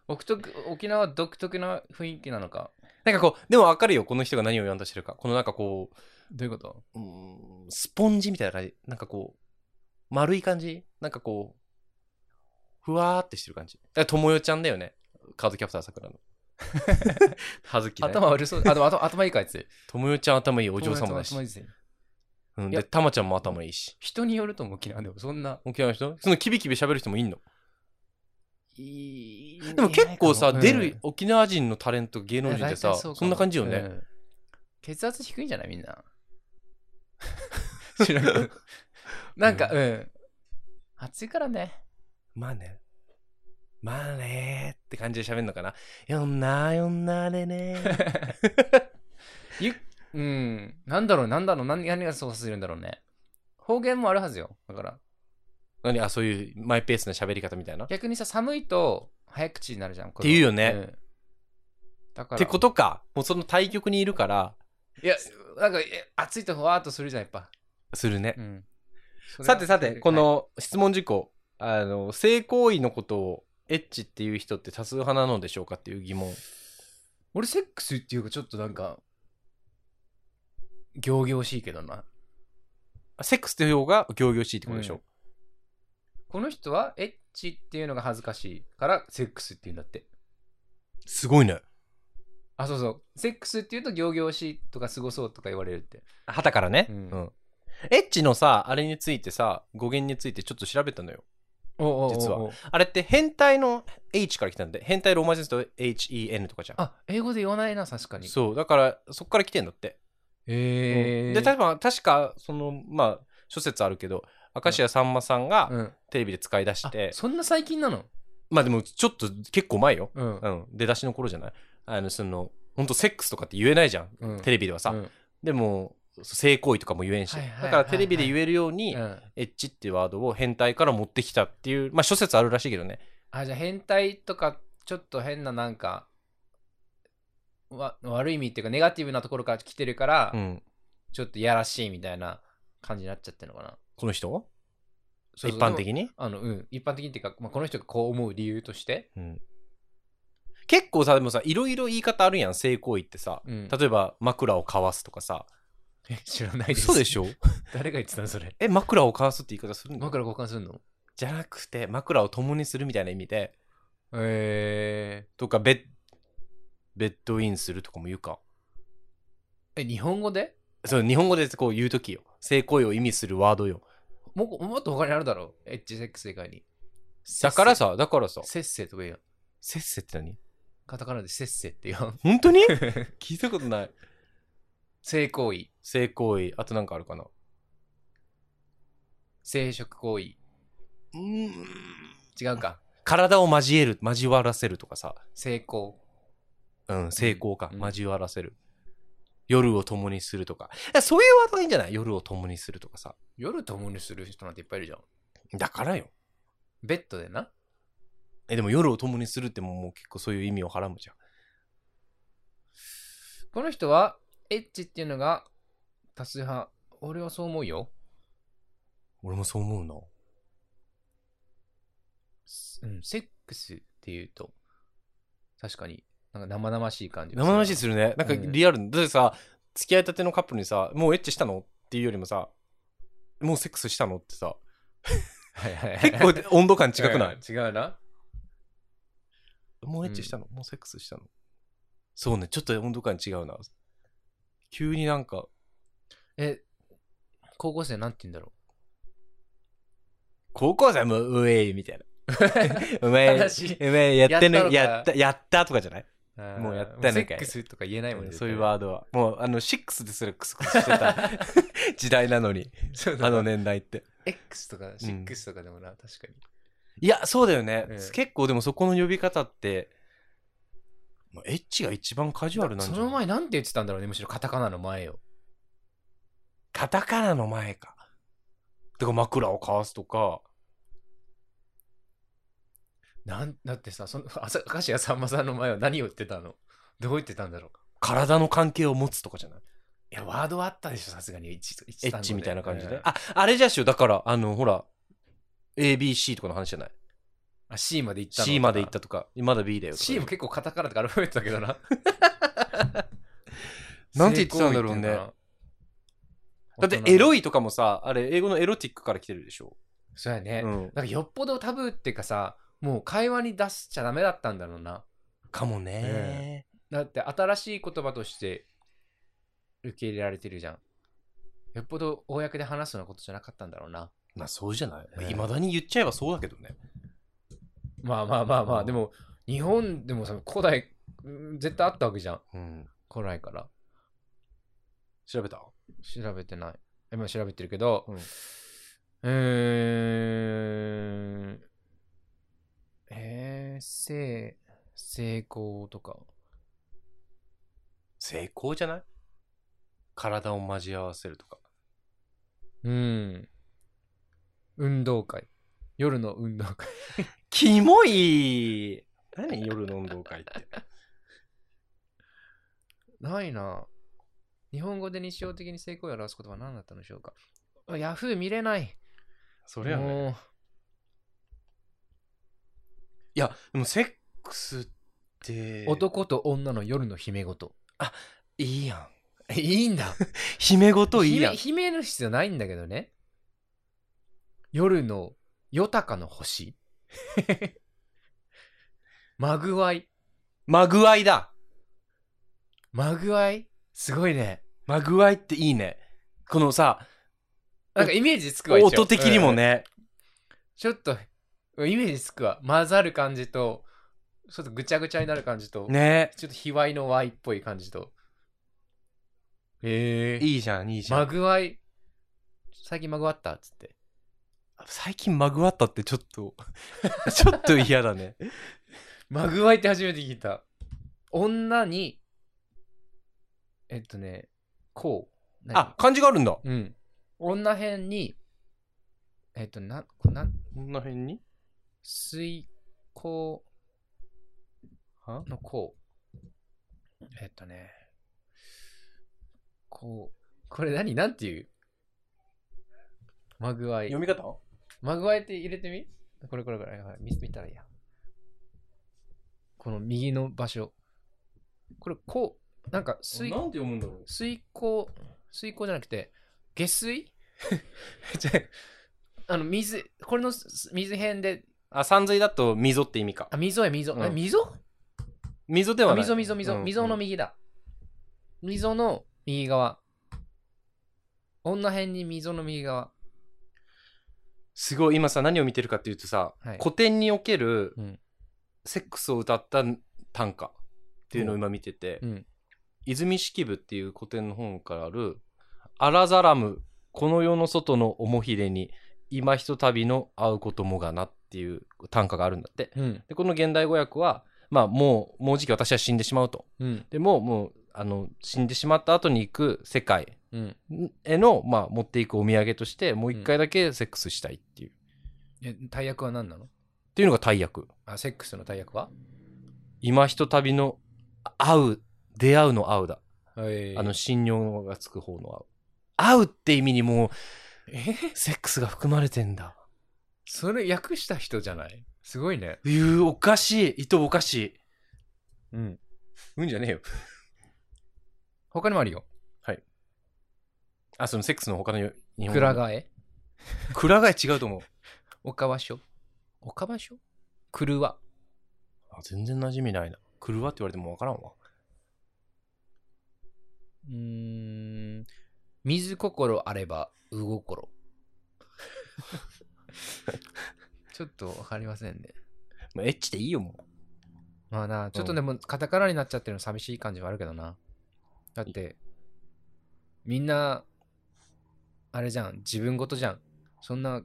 S2: 独特沖縄独特な雰囲気なのか。
S1: なんかこう、でもわかるよ、この人が何を言わんとしてるか。このなんかこ
S2: どういうこと
S1: う、うーんスポンジみたいな感じ、なんかこう、丸い感じなんかこう、ふわーってしてる感じ。だからともよちゃんだよね。カードキャプターさくら の。はずきね。
S2: 頭悪そう。あ、でも頭頭いいかあいつ。
S1: ともよちゃん頭いいお嬢様だし
S2: 頭。いいぜ
S1: うん、
S2: い
S1: で、
S2: や
S1: たまちゃんも頭いいし。
S2: 人によると思う沖縄でもそんな。
S1: 沖縄の人そのキビキビ喋る人もいんの
S2: い
S1: でも結構さ、
S2: うん
S1: 出る沖縄人のタレント芸能
S2: い
S1: 人っ
S2: や
S1: て
S2: 大
S1: さそ
S2: 体うん
S1: な感じよね、
S2: ん血圧低いんじゃないみ んな知らんけどなんか
S1: う
S2: うん暑いからね
S1: まあねまあねーって感じで喋るのかなよんなーよんなーでねー
S2: ゆうんなんだろうなんだろう何何がそうさせるんだろうね方言もあるはずよだから
S1: 何あそういうマイペースな喋り方みたいなっ
S2: 逆にさ寒いと早口になるじゃんって
S1: 言うよね
S2: だから
S1: てことかもうその対局にいるから
S2: いやなんかえ暑いとふわーっとするじゃんやっぱ、
S1: するね
S2: う、ん、それは
S1: さてさてこの質問事項、あの性行為のことをエッチっていう人って多数派なのでしょうかっていう疑問
S2: 俺セックスっていうかちょっとなんか行々しいけどな
S1: あセックスって方が行々しいってことでしょ、
S2: うんこの人はエッチっていうのが恥ずかしいからセックスって言うんだって
S1: すごいね
S2: あそうそうセックスって言うと行々しいとかすごそうとか言われるって
S1: 旗からね、
S2: うん
S1: うんエッチのさあれについてさ語源についてちょっと調べたのよおうおう
S2: 実は
S1: あれって変態の H から来たんで変態ローマ字ですと HEN とかじゃん
S2: あ英語で言わないな確かに
S1: そうだからそっから来てんだって、
S2: へえ
S1: で多分確かそのまあ諸説あるけど明石家さんまさんが
S2: うん
S1: テレビで使い出し
S2: あ
S1: て、
S2: そんな最近なの
S1: まあでもちょっと結構前よ、
S2: うん
S1: うん、出だしの頃じゃないあのその本当セックスとかって言えないじゃん、
S2: うん
S1: テレビではさ、
S2: うん
S1: でも性行為とかも言えんし、
S2: はいはいはい
S1: だからテレビで言えるように、
S2: うん
S1: エッチっていうワードを変態から持ってきたっていう、まあ諸説あるらしいけどね。
S2: あじゃあ変態とかちょっと変ななんかわ悪い意味っていうかネガティブなところから来てるから、
S1: うん。
S2: ちょっといやらしいみたいな感じになっちゃってるのかな
S1: この人
S2: そうそう
S1: 一般的に
S2: あの、うん、一般的にっていうか、まあ、この人がこう思う理由として、
S1: うん。結構さでもさいろいろ言い方あるやん性行為ってさ、
S2: うん
S1: 例えば枕をかわすとかさ
S2: え 知らないです。
S1: 嘘でし ょ
S2: 誰が言ってたのそれ。
S1: え枕をかわすって言い方するの
S2: 枕交換するの
S1: じゃなくて枕を共にするみたいな意味で
S2: え
S1: とかベッベッドインするとかも言うか
S2: ー、え、日本語で
S1: そう日本語でこう言うときよ性行為を意味するワードよ
S2: もうもっと他にあるだろう。エッジセックス以外に。
S1: だからさだからさ
S2: せっせとか言うやん。
S1: せっせって何
S2: カタカナでせっせって言うやん。
S1: 本当に 聞いたことない
S2: 性行為、
S1: 性行為あとなんかあるかな
S2: 生殖行為。
S1: うん
S2: 違うか。
S1: 体を交える交わらせるとかさ
S2: 性交。
S1: うん、成功か、
S2: うん
S1: 交わらせる。夜を共にするとか。えそういうワードがいいんじゃない夜を共にするとかさ。
S2: 夜共にする人なんていっぱいいるじゃん。
S1: だからよ。
S2: ベッドでな。
S1: え、でも夜を共にするってもうもう結構そういう意味をはらむじゃん。
S2: この人は、エッジっていうのが多数派。俺はそう思うよ。
S1: 俺もそう思うな。
S2: うん、セックスっていうと、確かに、なんか生々しい感じが
S1: 生々しい
S2: す
S1: するね。なんか
S2: うん
S1: リアル、だってさ、付き合いたてのカップルにさ、もうエッチしたのっていうよりもさ、もうセックスしたのって さ、
S2: る。
S1: 結構温度感違くない
S2: うん 違うな。
S1: もうエッチしたの、もうセックスしたのそうね、ちょっと温度感違うな。急になんか、
S2: え、高校生なんて言うんだろ
S1: 高校生もうえいみたいな。 うめえ
S2: 悲し い、
S1: うめえ、やってね、やっ、
S2: やったた
S1: やったとかじゃない、
S2: う。あー
S1: もうやったよ
S2: セ
S1: ね
S2: ックスとか言えないもんね。
S1: そういう
S2: 絶
S1: ワードは。もう、あの、シックスですらクスクスして た時代なのに、
S2: 対。そうだ
S1: あの年代って。
S2: X とか6とかでもな、確かに。
S1: いや、そうだよね。
S2: ええ
S1: 結構でもそこの呼び方って、まあ、エッチが一番カジュアルなんじ
S2: そ
S1: ゃない
S2: の前なんて言ってたんだろうね、むしろカタカナの前よ。
S1: カタカナの前か。とか、枕を交わすとか、
S2: なんだってさ、その、あさ明石家さんまさんの前は何を言ってたのどう言ってたんだろう
S1: 体の関係を持つとかじゃない
S2: いや、ワードはあったでしょ、さすがに。一一
S1: エ
S2: 単
S1: ッ
S2: 語
S1: チみたいな感じで。
S2: うんあ
S1: あ、あれじゃっしょ。だから、あの、ほら、ABC とかの話じゃない
S2: C まで行ったの
S1: C まで行ったとか、まだ B だよとか。
S2: C も結構カタカナとかアルファベットだけどな。
S1: なんて言ってたんだろうねだってエロ
S2: い。
S1: いとかもさ、あれ英語のエロティックから来てるでしょ。
S2: そうやね。
S1: うん。
S2: なんかよっぽどタブーっていうかさ、もう会話に出しちゃダメだったんだろうな。
S1: かもね、
S2: だって新しい言葉として受け入れられてるじゃん。よっぽど公で話すようなことじゃなかったんだろうな。
S1: まあそうじゃない。
S2: ええ
S1: いまだに言っちゃえばそうだけどね。
S2: まあまあまあま
S1: う
S2: あ、
S1: ん
S2: でも日本でもさ古代うん絶対あったわけじゃん。
S1: うん。
S2: 古来から。
S1: 調べた
S2: 調べてない。今調べてるけど、
S1: うん
S2: うーん。えー、性、成功とか。
S1: 成功じゃない体を交わせるとか。
S2: うん。運動会。夜の運動会。
S1: キモい何夜の運動会って。
S2: ないな。日本語で日常的に成功を表す言葉は何だったのでしょうか。あヤフー見れない。
S1: それはね。
S2: もう
S1: いや、でもセックスって。
S2: 男と女の夜の姫ごと。
S1: いいやん。
S2: いいんだ。
S1: 姫ごといいやん
S2: 姫。姫の必要ないんだけどね。夜の夜高 の星。まぐわい。
S1: まぐわいだ。
S2: まぐわいすごいね。
S1: まぐわいっていいね。このさ、
S2: なんかイメージつくわ。一応
S1: 音的にも。
S2: うん
S1: ね。
S2: ちょっと、イメージつくわ。混ざる感じと、ちょっとぐちゃぐちゃになる感じと、
S1: ね。
S2: ちょっと卑猥のわいっぽい感じと。ええー。
S1: いいじゃん、いいじゃん。
S2: まぐわい。最近まぐわったっつって。
S1: 最近まぐわったってちょっと ちょっと嫌だね
S2: マグワイって初めて聞いた。女に、えっとね、こう。何
S1: あ漢字があるんだ
S2: うん。女編に、えっと、な、こなん、
S1: こんな辺に
S2: 水耕
S1: は
S2: のこう。えっとね、こう。これ何なんていうマグワイ。
S1: 読み方
S2: マグワイって入れてみこれこれこれ。はい見見たらいいや。この右の場所これこうなんか水
S1: なんて読むんだろう
S2: 水耕水耕じゃなくて下水 じゃあの水これのす水辺で
S1: あ、山水だと溝って意味か
S2: あ。溝や溝、あ
S1: うん
S2: 溝
S1: 溝で
S2: あ
S1: はない。
S2: 溝溝溝溝の
S1: 右。
S2: 右だ、溝の右側女辺に溝の右側
S1: すごい、今さ、何を見てるかっていうとさ、
S2: はい
S1: 古典における
S2: うん
S1: セックスを歌った短歌っていうのを今見てて、
S2: うん
S1: 泉式部っていう古典の本からある、アラザラム、この世の外の面ひれに、今ひとたびの会うこともがなっていう短歌があるんだって。
S2: うん
S1: で、この現代語訳は、まあ、もう、もうじき私は死んでしまうと。
S2: うん
S1: でも、もう、あの、死んでしまった後に行く世界
S2: うん
S1: への、まあ、持っていくお土産としてもう一回だけセックスしたいっていう、っ
S2: え大役は何なの
S1: ていうのが大役
S2: あセックスの大役は
S1: 今ひとたびの会う出会うの会うだ、
S2: えー
S1: あの信用がつく方の会う会うって意味にもうセックスが含まれてんだ
S2: それ訳した人じゃないすごいね
S1: いうおかしい糸おかしい
S2: うん
S1: うんじゃねえよ
S2: 他にもあるよ
S1: あそのセックスの他の日本
S2: 倉替え
S1: 蔵が違うと思う
S2: 岡場所岡場所狂わ
S1: あ全然馴染みないな車って言われてもわからんわ
S2: うーん水心あれば魚心ちょっとわかりませんね
S1: もうエッチでいいよもう
S2: まあなちょっとでもカタカナになっちゃってるの寂しい感じはあるけどなだってみんなあれじゃん自分事じゃんそんな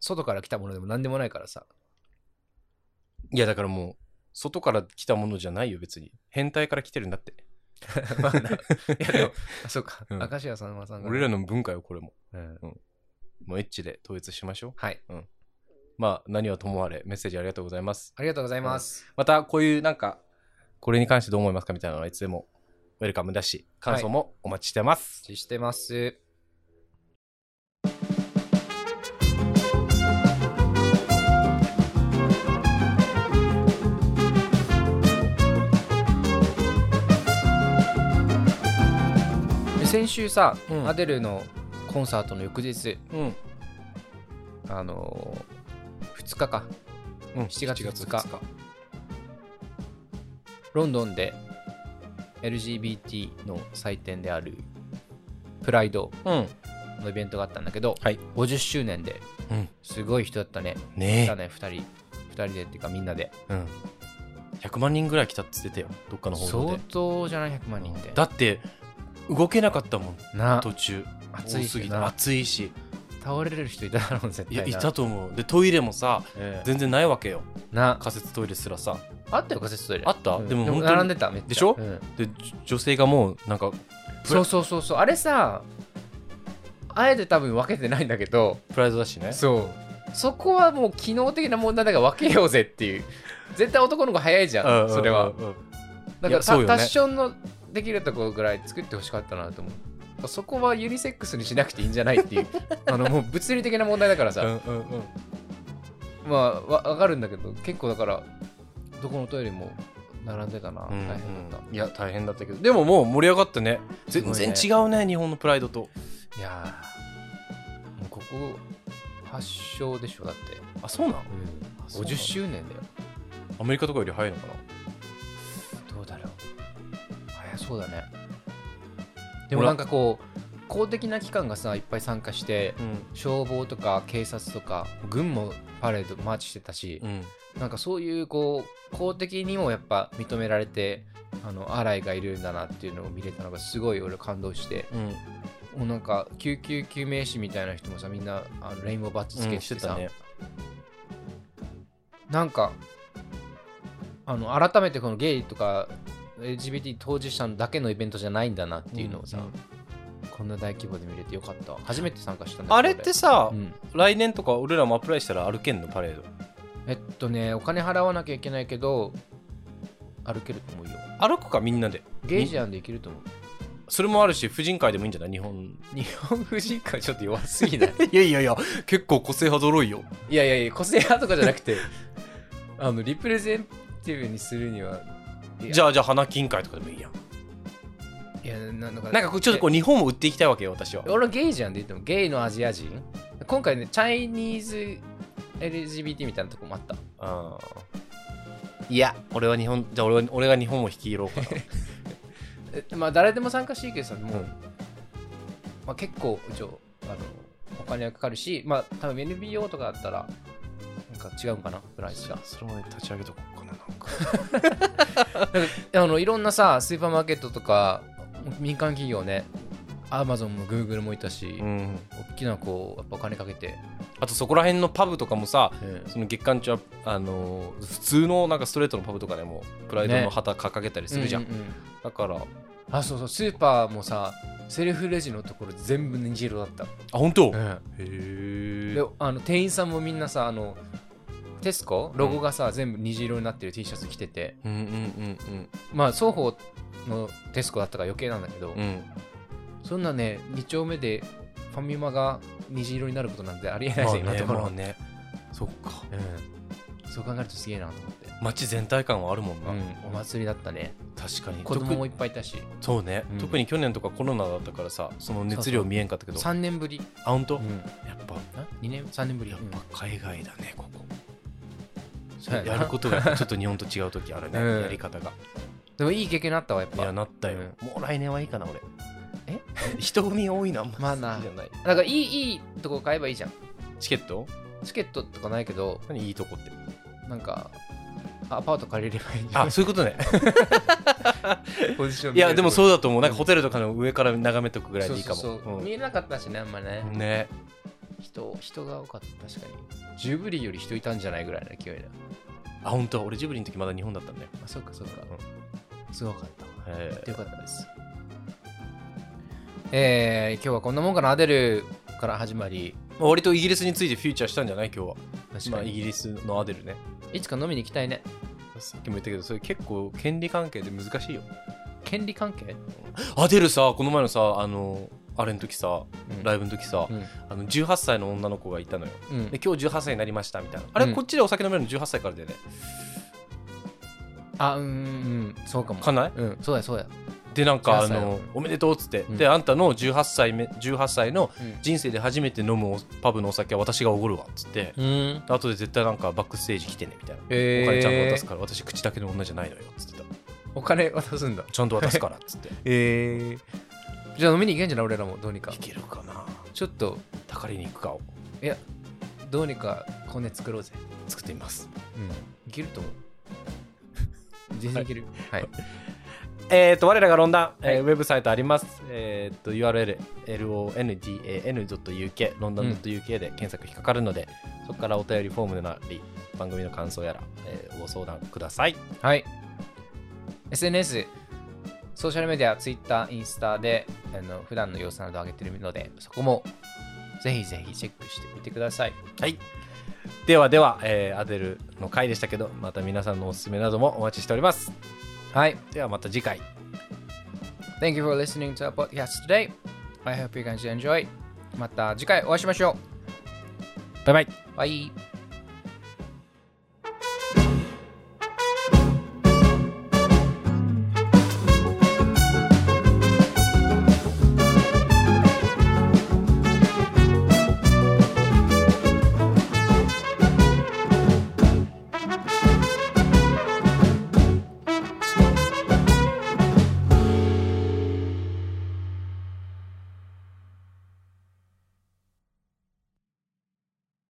S2: 外から来たものでも何でもないからさ
S1: いやだからもう外から来たものじゃないよ別に変態から来てるんだって
S2: まあないやでもあそうか、
S1: うん
S2: 明石家さんまさんが
S1: 俺らの文化よこれも
S2: うん
S1: もうエッチで統一しましょう
S2: はい
S1: まあ何はともあれメッセージありがとうございます
S2: ありがとうございます、
S1: またこういうなんかこれに関してどう思いますかみたいなのはいつでもウェルカムだし感想もお待ちしてます、
S2: お待ちしてます先週さ、
S1: うん
S2: アデルのコンサートの翌日
S1: うん
S2: あのー、2日か
S1: うん、
S2: 7月2日ロンドンで LGBT の祭典であるプライド
S1: うん
S2: のイベントがあったんだけど、
S1: はい
S2: 50周年で
S1: うん
S2: すごい人だったね。来
S1: ね
S2: たね、2人。2人でっていうかみんなで。
S1: え、うん、100万人ぐらい来たって言ってたよどっかの方
S2: 相
S1: で
S2: 当じゃない、100万人って。
S1: だって動けなかったもん
S2: な
S1: 途中
S2: 暑い
S1: 多すぎて
S2: しな。
S1: 暑いし
S2: 倒れる人いただろう、絶対
S1: い
S2: な。
S1: やいたと思うでトイレもさ
S2: ええ
S1: 全然ないわけよ
S2: な。
S1: 仮設トイレすらさ
S2: あったよ、仮設トイレ。
S1: あった
S2: うん
S1: でも本当に
S2: 並んでた、めっちゃ。
S1: でしょ
S2: うん
S1: でじょ女性がもうなんか
S2: そうそうそうそう。あれさ、あえて多分分けてないんだけど、
S1: プライドだしね
S2: そう。そこはもう機能的な問題だから分けようぜっていう。絶対男の子早いじ
S1: うんうん
S2: ゃ、
S1: うんん
S2: それは。
S1: うん
S2: だ
S1: い
S2: か
S1: や
S2: ら
S1: そう
S2: タ
S1: よね
S2: ッションのできるところぐらい作ってほしかったなと思うそこはユニセックスにしなくていいんじゃな いっていうあのもう物理的な問題だからさ、
S1: うんうんうん
S2: まあわわかるんだけど結構だからどこのトイレも並んでたな、
S1: うん
S2: 大変だっ
S1: いや大変だったけどでももう盛り上がったね
S2: すご
S1: 全
S2: いね
S1: 然違うね日本のプライドと
S2: たいやーもうここ発祥でしょだって、
S1: あそうなのそうな
S2: 50
S1: の
S2: 周年だよ
S1: アメリカとかより早いのかな
S2: どうだろう早そうだねでもなんかこう公的な機関がさいっぱい参加して
S1: うん
S2: 消防とか警察とか軍もパレードマーチしてたし、
S1: うん
S2: なんかそういうこう公的にもやっぱ認められてあのアライがいるんだなっていうのを見れたのがすごい俺感動して
S1: うん
S2: もうなんか救急救命士みたいな人もさみんなあのレインボーバッジつけ
S1: して
S2: て
S1: た
S2: さ、
S1: ね
S2: なんかあの改めてこのゲイとか LGBT 当事者だけのイベントじゃないんだなっていうのをさ、
S1: うんうん
S2: こんな大規模で見れてよかった初めて参加したんだけど
S1: あれってさ
S2: 俺うん
S1: 来年とか俺らもアプライしたら歩けんのパレード
S2: えっとね、お金払わなきゃいけないけど、歩けると思うよ。
S1: 歩くかみんなで
S2: ゲージアンでいけると思う。
S1: それもあるし婦人会でもいいんじゃない日本
S2: 日本婦人会ちょっと弱すぎない。
S1: いやいやいや結構個性派揃いよ
S2: いやいやいや、個性派とかじゃなくて、あの、リプレゼンティブにするには
S1: じゃあ、じゃあ、花金会とかでもいいやん。
S2: いやなんか
S1: なんかこう、ちょっとこう、日本を売っていきたいわけよ、私は。
S2: 俺はゲイじゃんって言ってもゲイのアジア人今回ねチャイニーズ LGBT みたいなとこもあった
S1: うんいや、俺は日本、じゃあ俺は俺が日本を率いろうかな。
S2: えまあ誰でも参加していいけどさも う、
S1: うん
S2: まあ、結構一応あのお金がかかるしまあ多分 NBO とかだったらなんか違うんかなプライスが
S1: それまで立ち上げとこうかな、なんか。
S2: あのいろんなさスーパーマーケットとか民間企業ねアマゾンもグーグルもいたし、
S1: うん。
S2: 大きなこうやっぱお金かけて、
S1: あと、そこら辺のパブとかもさ、
S2: うん
S1: その月間中は、あのー普通のなんかストレートのパブとかでも、プライドの旗掲げたりするじゃん。
S2: ううう
S1: だから、あ、
S2: あそうそうスーパーもさセルフレジのところ全部虹色だった、
S1: 本当、へ
S2: で
S1: え。
S2: あの店員さんもみんなさあのテスコロゴがさ、全部虹色になってる T シャツ着てて
S1: うんうんうん
S2: まあ双方のテスコだったから余計なんだけど、
S1: うん。うん。
S2: そんなね2丁目でファミマが虹色になることなんてありえない
S1: ま
S2: じ
S1: あ
S2: ゃん、今の
S1: ね、
S2: ところ、
S1: まあね。そっか。
S2: うん、そう考えるとすげえなと思って、
S1: 街全体感はあるもんな。
S2: うん、お祭りだったね
S1: 確かに。
S2: 子供もいっ
S1: 特
S2: ぱいいたし
S1: にそうね、
S2: うん
S1: 特に去年とかコロナだったからさ、その熱量見えんかったけど、
S2: 3年ぶり、
S1: あ、本当、
S2: うん、
S1: やっぱ
S2: 2年3年ぶり
S1: やっ
S2: うん
S1: ぱ海外だね、ここ。
S2: そうやな
S1: やることがやっぱちょっと日本と 違う時あるね、
S2: うん
S1: やり方が。
S2: でもいい経験になったわやっ
S1: い
S2: ぱ
S1: や、なったよ。
S2: う
S1: もう来年はいいかな、俺。
S2: え
S1: 人混み多いな、あん
S2: まあ
S1: 好
S2: な
S1: きじゃない。
S2: なんかいいいいとこ買えばいいじゃん
S1: チケット
S2: チケットとかないけど
S1: 何いいとこって。
S2: なんかアパート借りればいいじゃん
S1: あ、そういうこと ね。
S2: ポジション
S1: いや、でもそううだと思う。なんかホテルとかの上から眺めとくぐらいでいいかも。
S2: そうそうそう
S1: うん
S2: 見えなかったしねあんまね、
S1: ね。
S2: 人人が多かった確かにジュブリーより人いたんじゃないぐらいの勢いだ
S1: あ、本当俺ジブリの時まだ日本だったんだよ。
S2: あそうかそうか、すごかったわ
S1: え
S2: よかったですえー、今日はこんなもんかなアデルから始まり
S1: ー割とイギリスについてフューチャーしたんじゃない今日は。
S2: 確
S1: ま
S2: か
S1: あ、イ
S2: に
S1: ギリスのアデルね。
S2: いつか飲みに行きたいね
S1: さっきも言ったけど、それ結構権利関係で難しいよ。
S2: 権利関係、
S1: アデルさ、この前のさ、あの、あれの時さ、
S2: うん
S1: ライブの時さ、
S2: うん
S1: あの18歳の女の子がいたのよ。
S2: うん
S1: で、今日18歳になりましたみたいな。あれ、
S2: うん
S1: こっちでお酒飲めるの18歳からだよね。
S2: あうんうんそうかも
S1: かんない
S2: うんそうやそうや、
S1: で、なんか、
S2: 18
S1: あ
S2: 歳なの
S1: の、おめでとうっつって、
S2: ん
S1: で、あんたの18歳め18歳の
S2: うん
S1: 人生で初めて飲むおパブのお酒は私がおごるわっつって、
S2: うん
S1: 後で絶対なんかバックステージ来てねみたいな。
S2: え
S1: お
S2: ー
S1: 金ちゃんと渡すから、私口だけの女じゃないのよっつってた。
S2: お金渡すんだ
S1: ちゃんと渡すからっつ って。
S2: えー、じゃあ飲みに行けんじゃない俺らもどうにか
S1: いけるかな
S2: ちょっと
S1: 高りに行くかを
S2: いやどうにかコネ作ろうぜ
S1: 作ってみます。
S2: うんいける と思う全然いけるはい、
S1: えー、と我らが論壇、えー
S2: はい
S1: ウェブサイトあります。えー、と URL、londan.uk、ロンダン .uk で検索引っかかるので、そこからお便りフォームなり、番組の感想やら、えーご相談ください。
S2: はい、SNS ソーシャルメディア Twitter インスタであの普段の様子など上げてるのでそこもぜひぜひチェックしてみてください
S1: はい。ではでは、えーアデルの回でしたけど、また皆さんのおすすめなどもお待ちしております。
S2: はい
S1: ではまた次回。
S2: Thank you for listening to our podcast today. I hope you guys enjoy. また次回お会いしましょ
S1: バイバイ。
S2: う。バイ。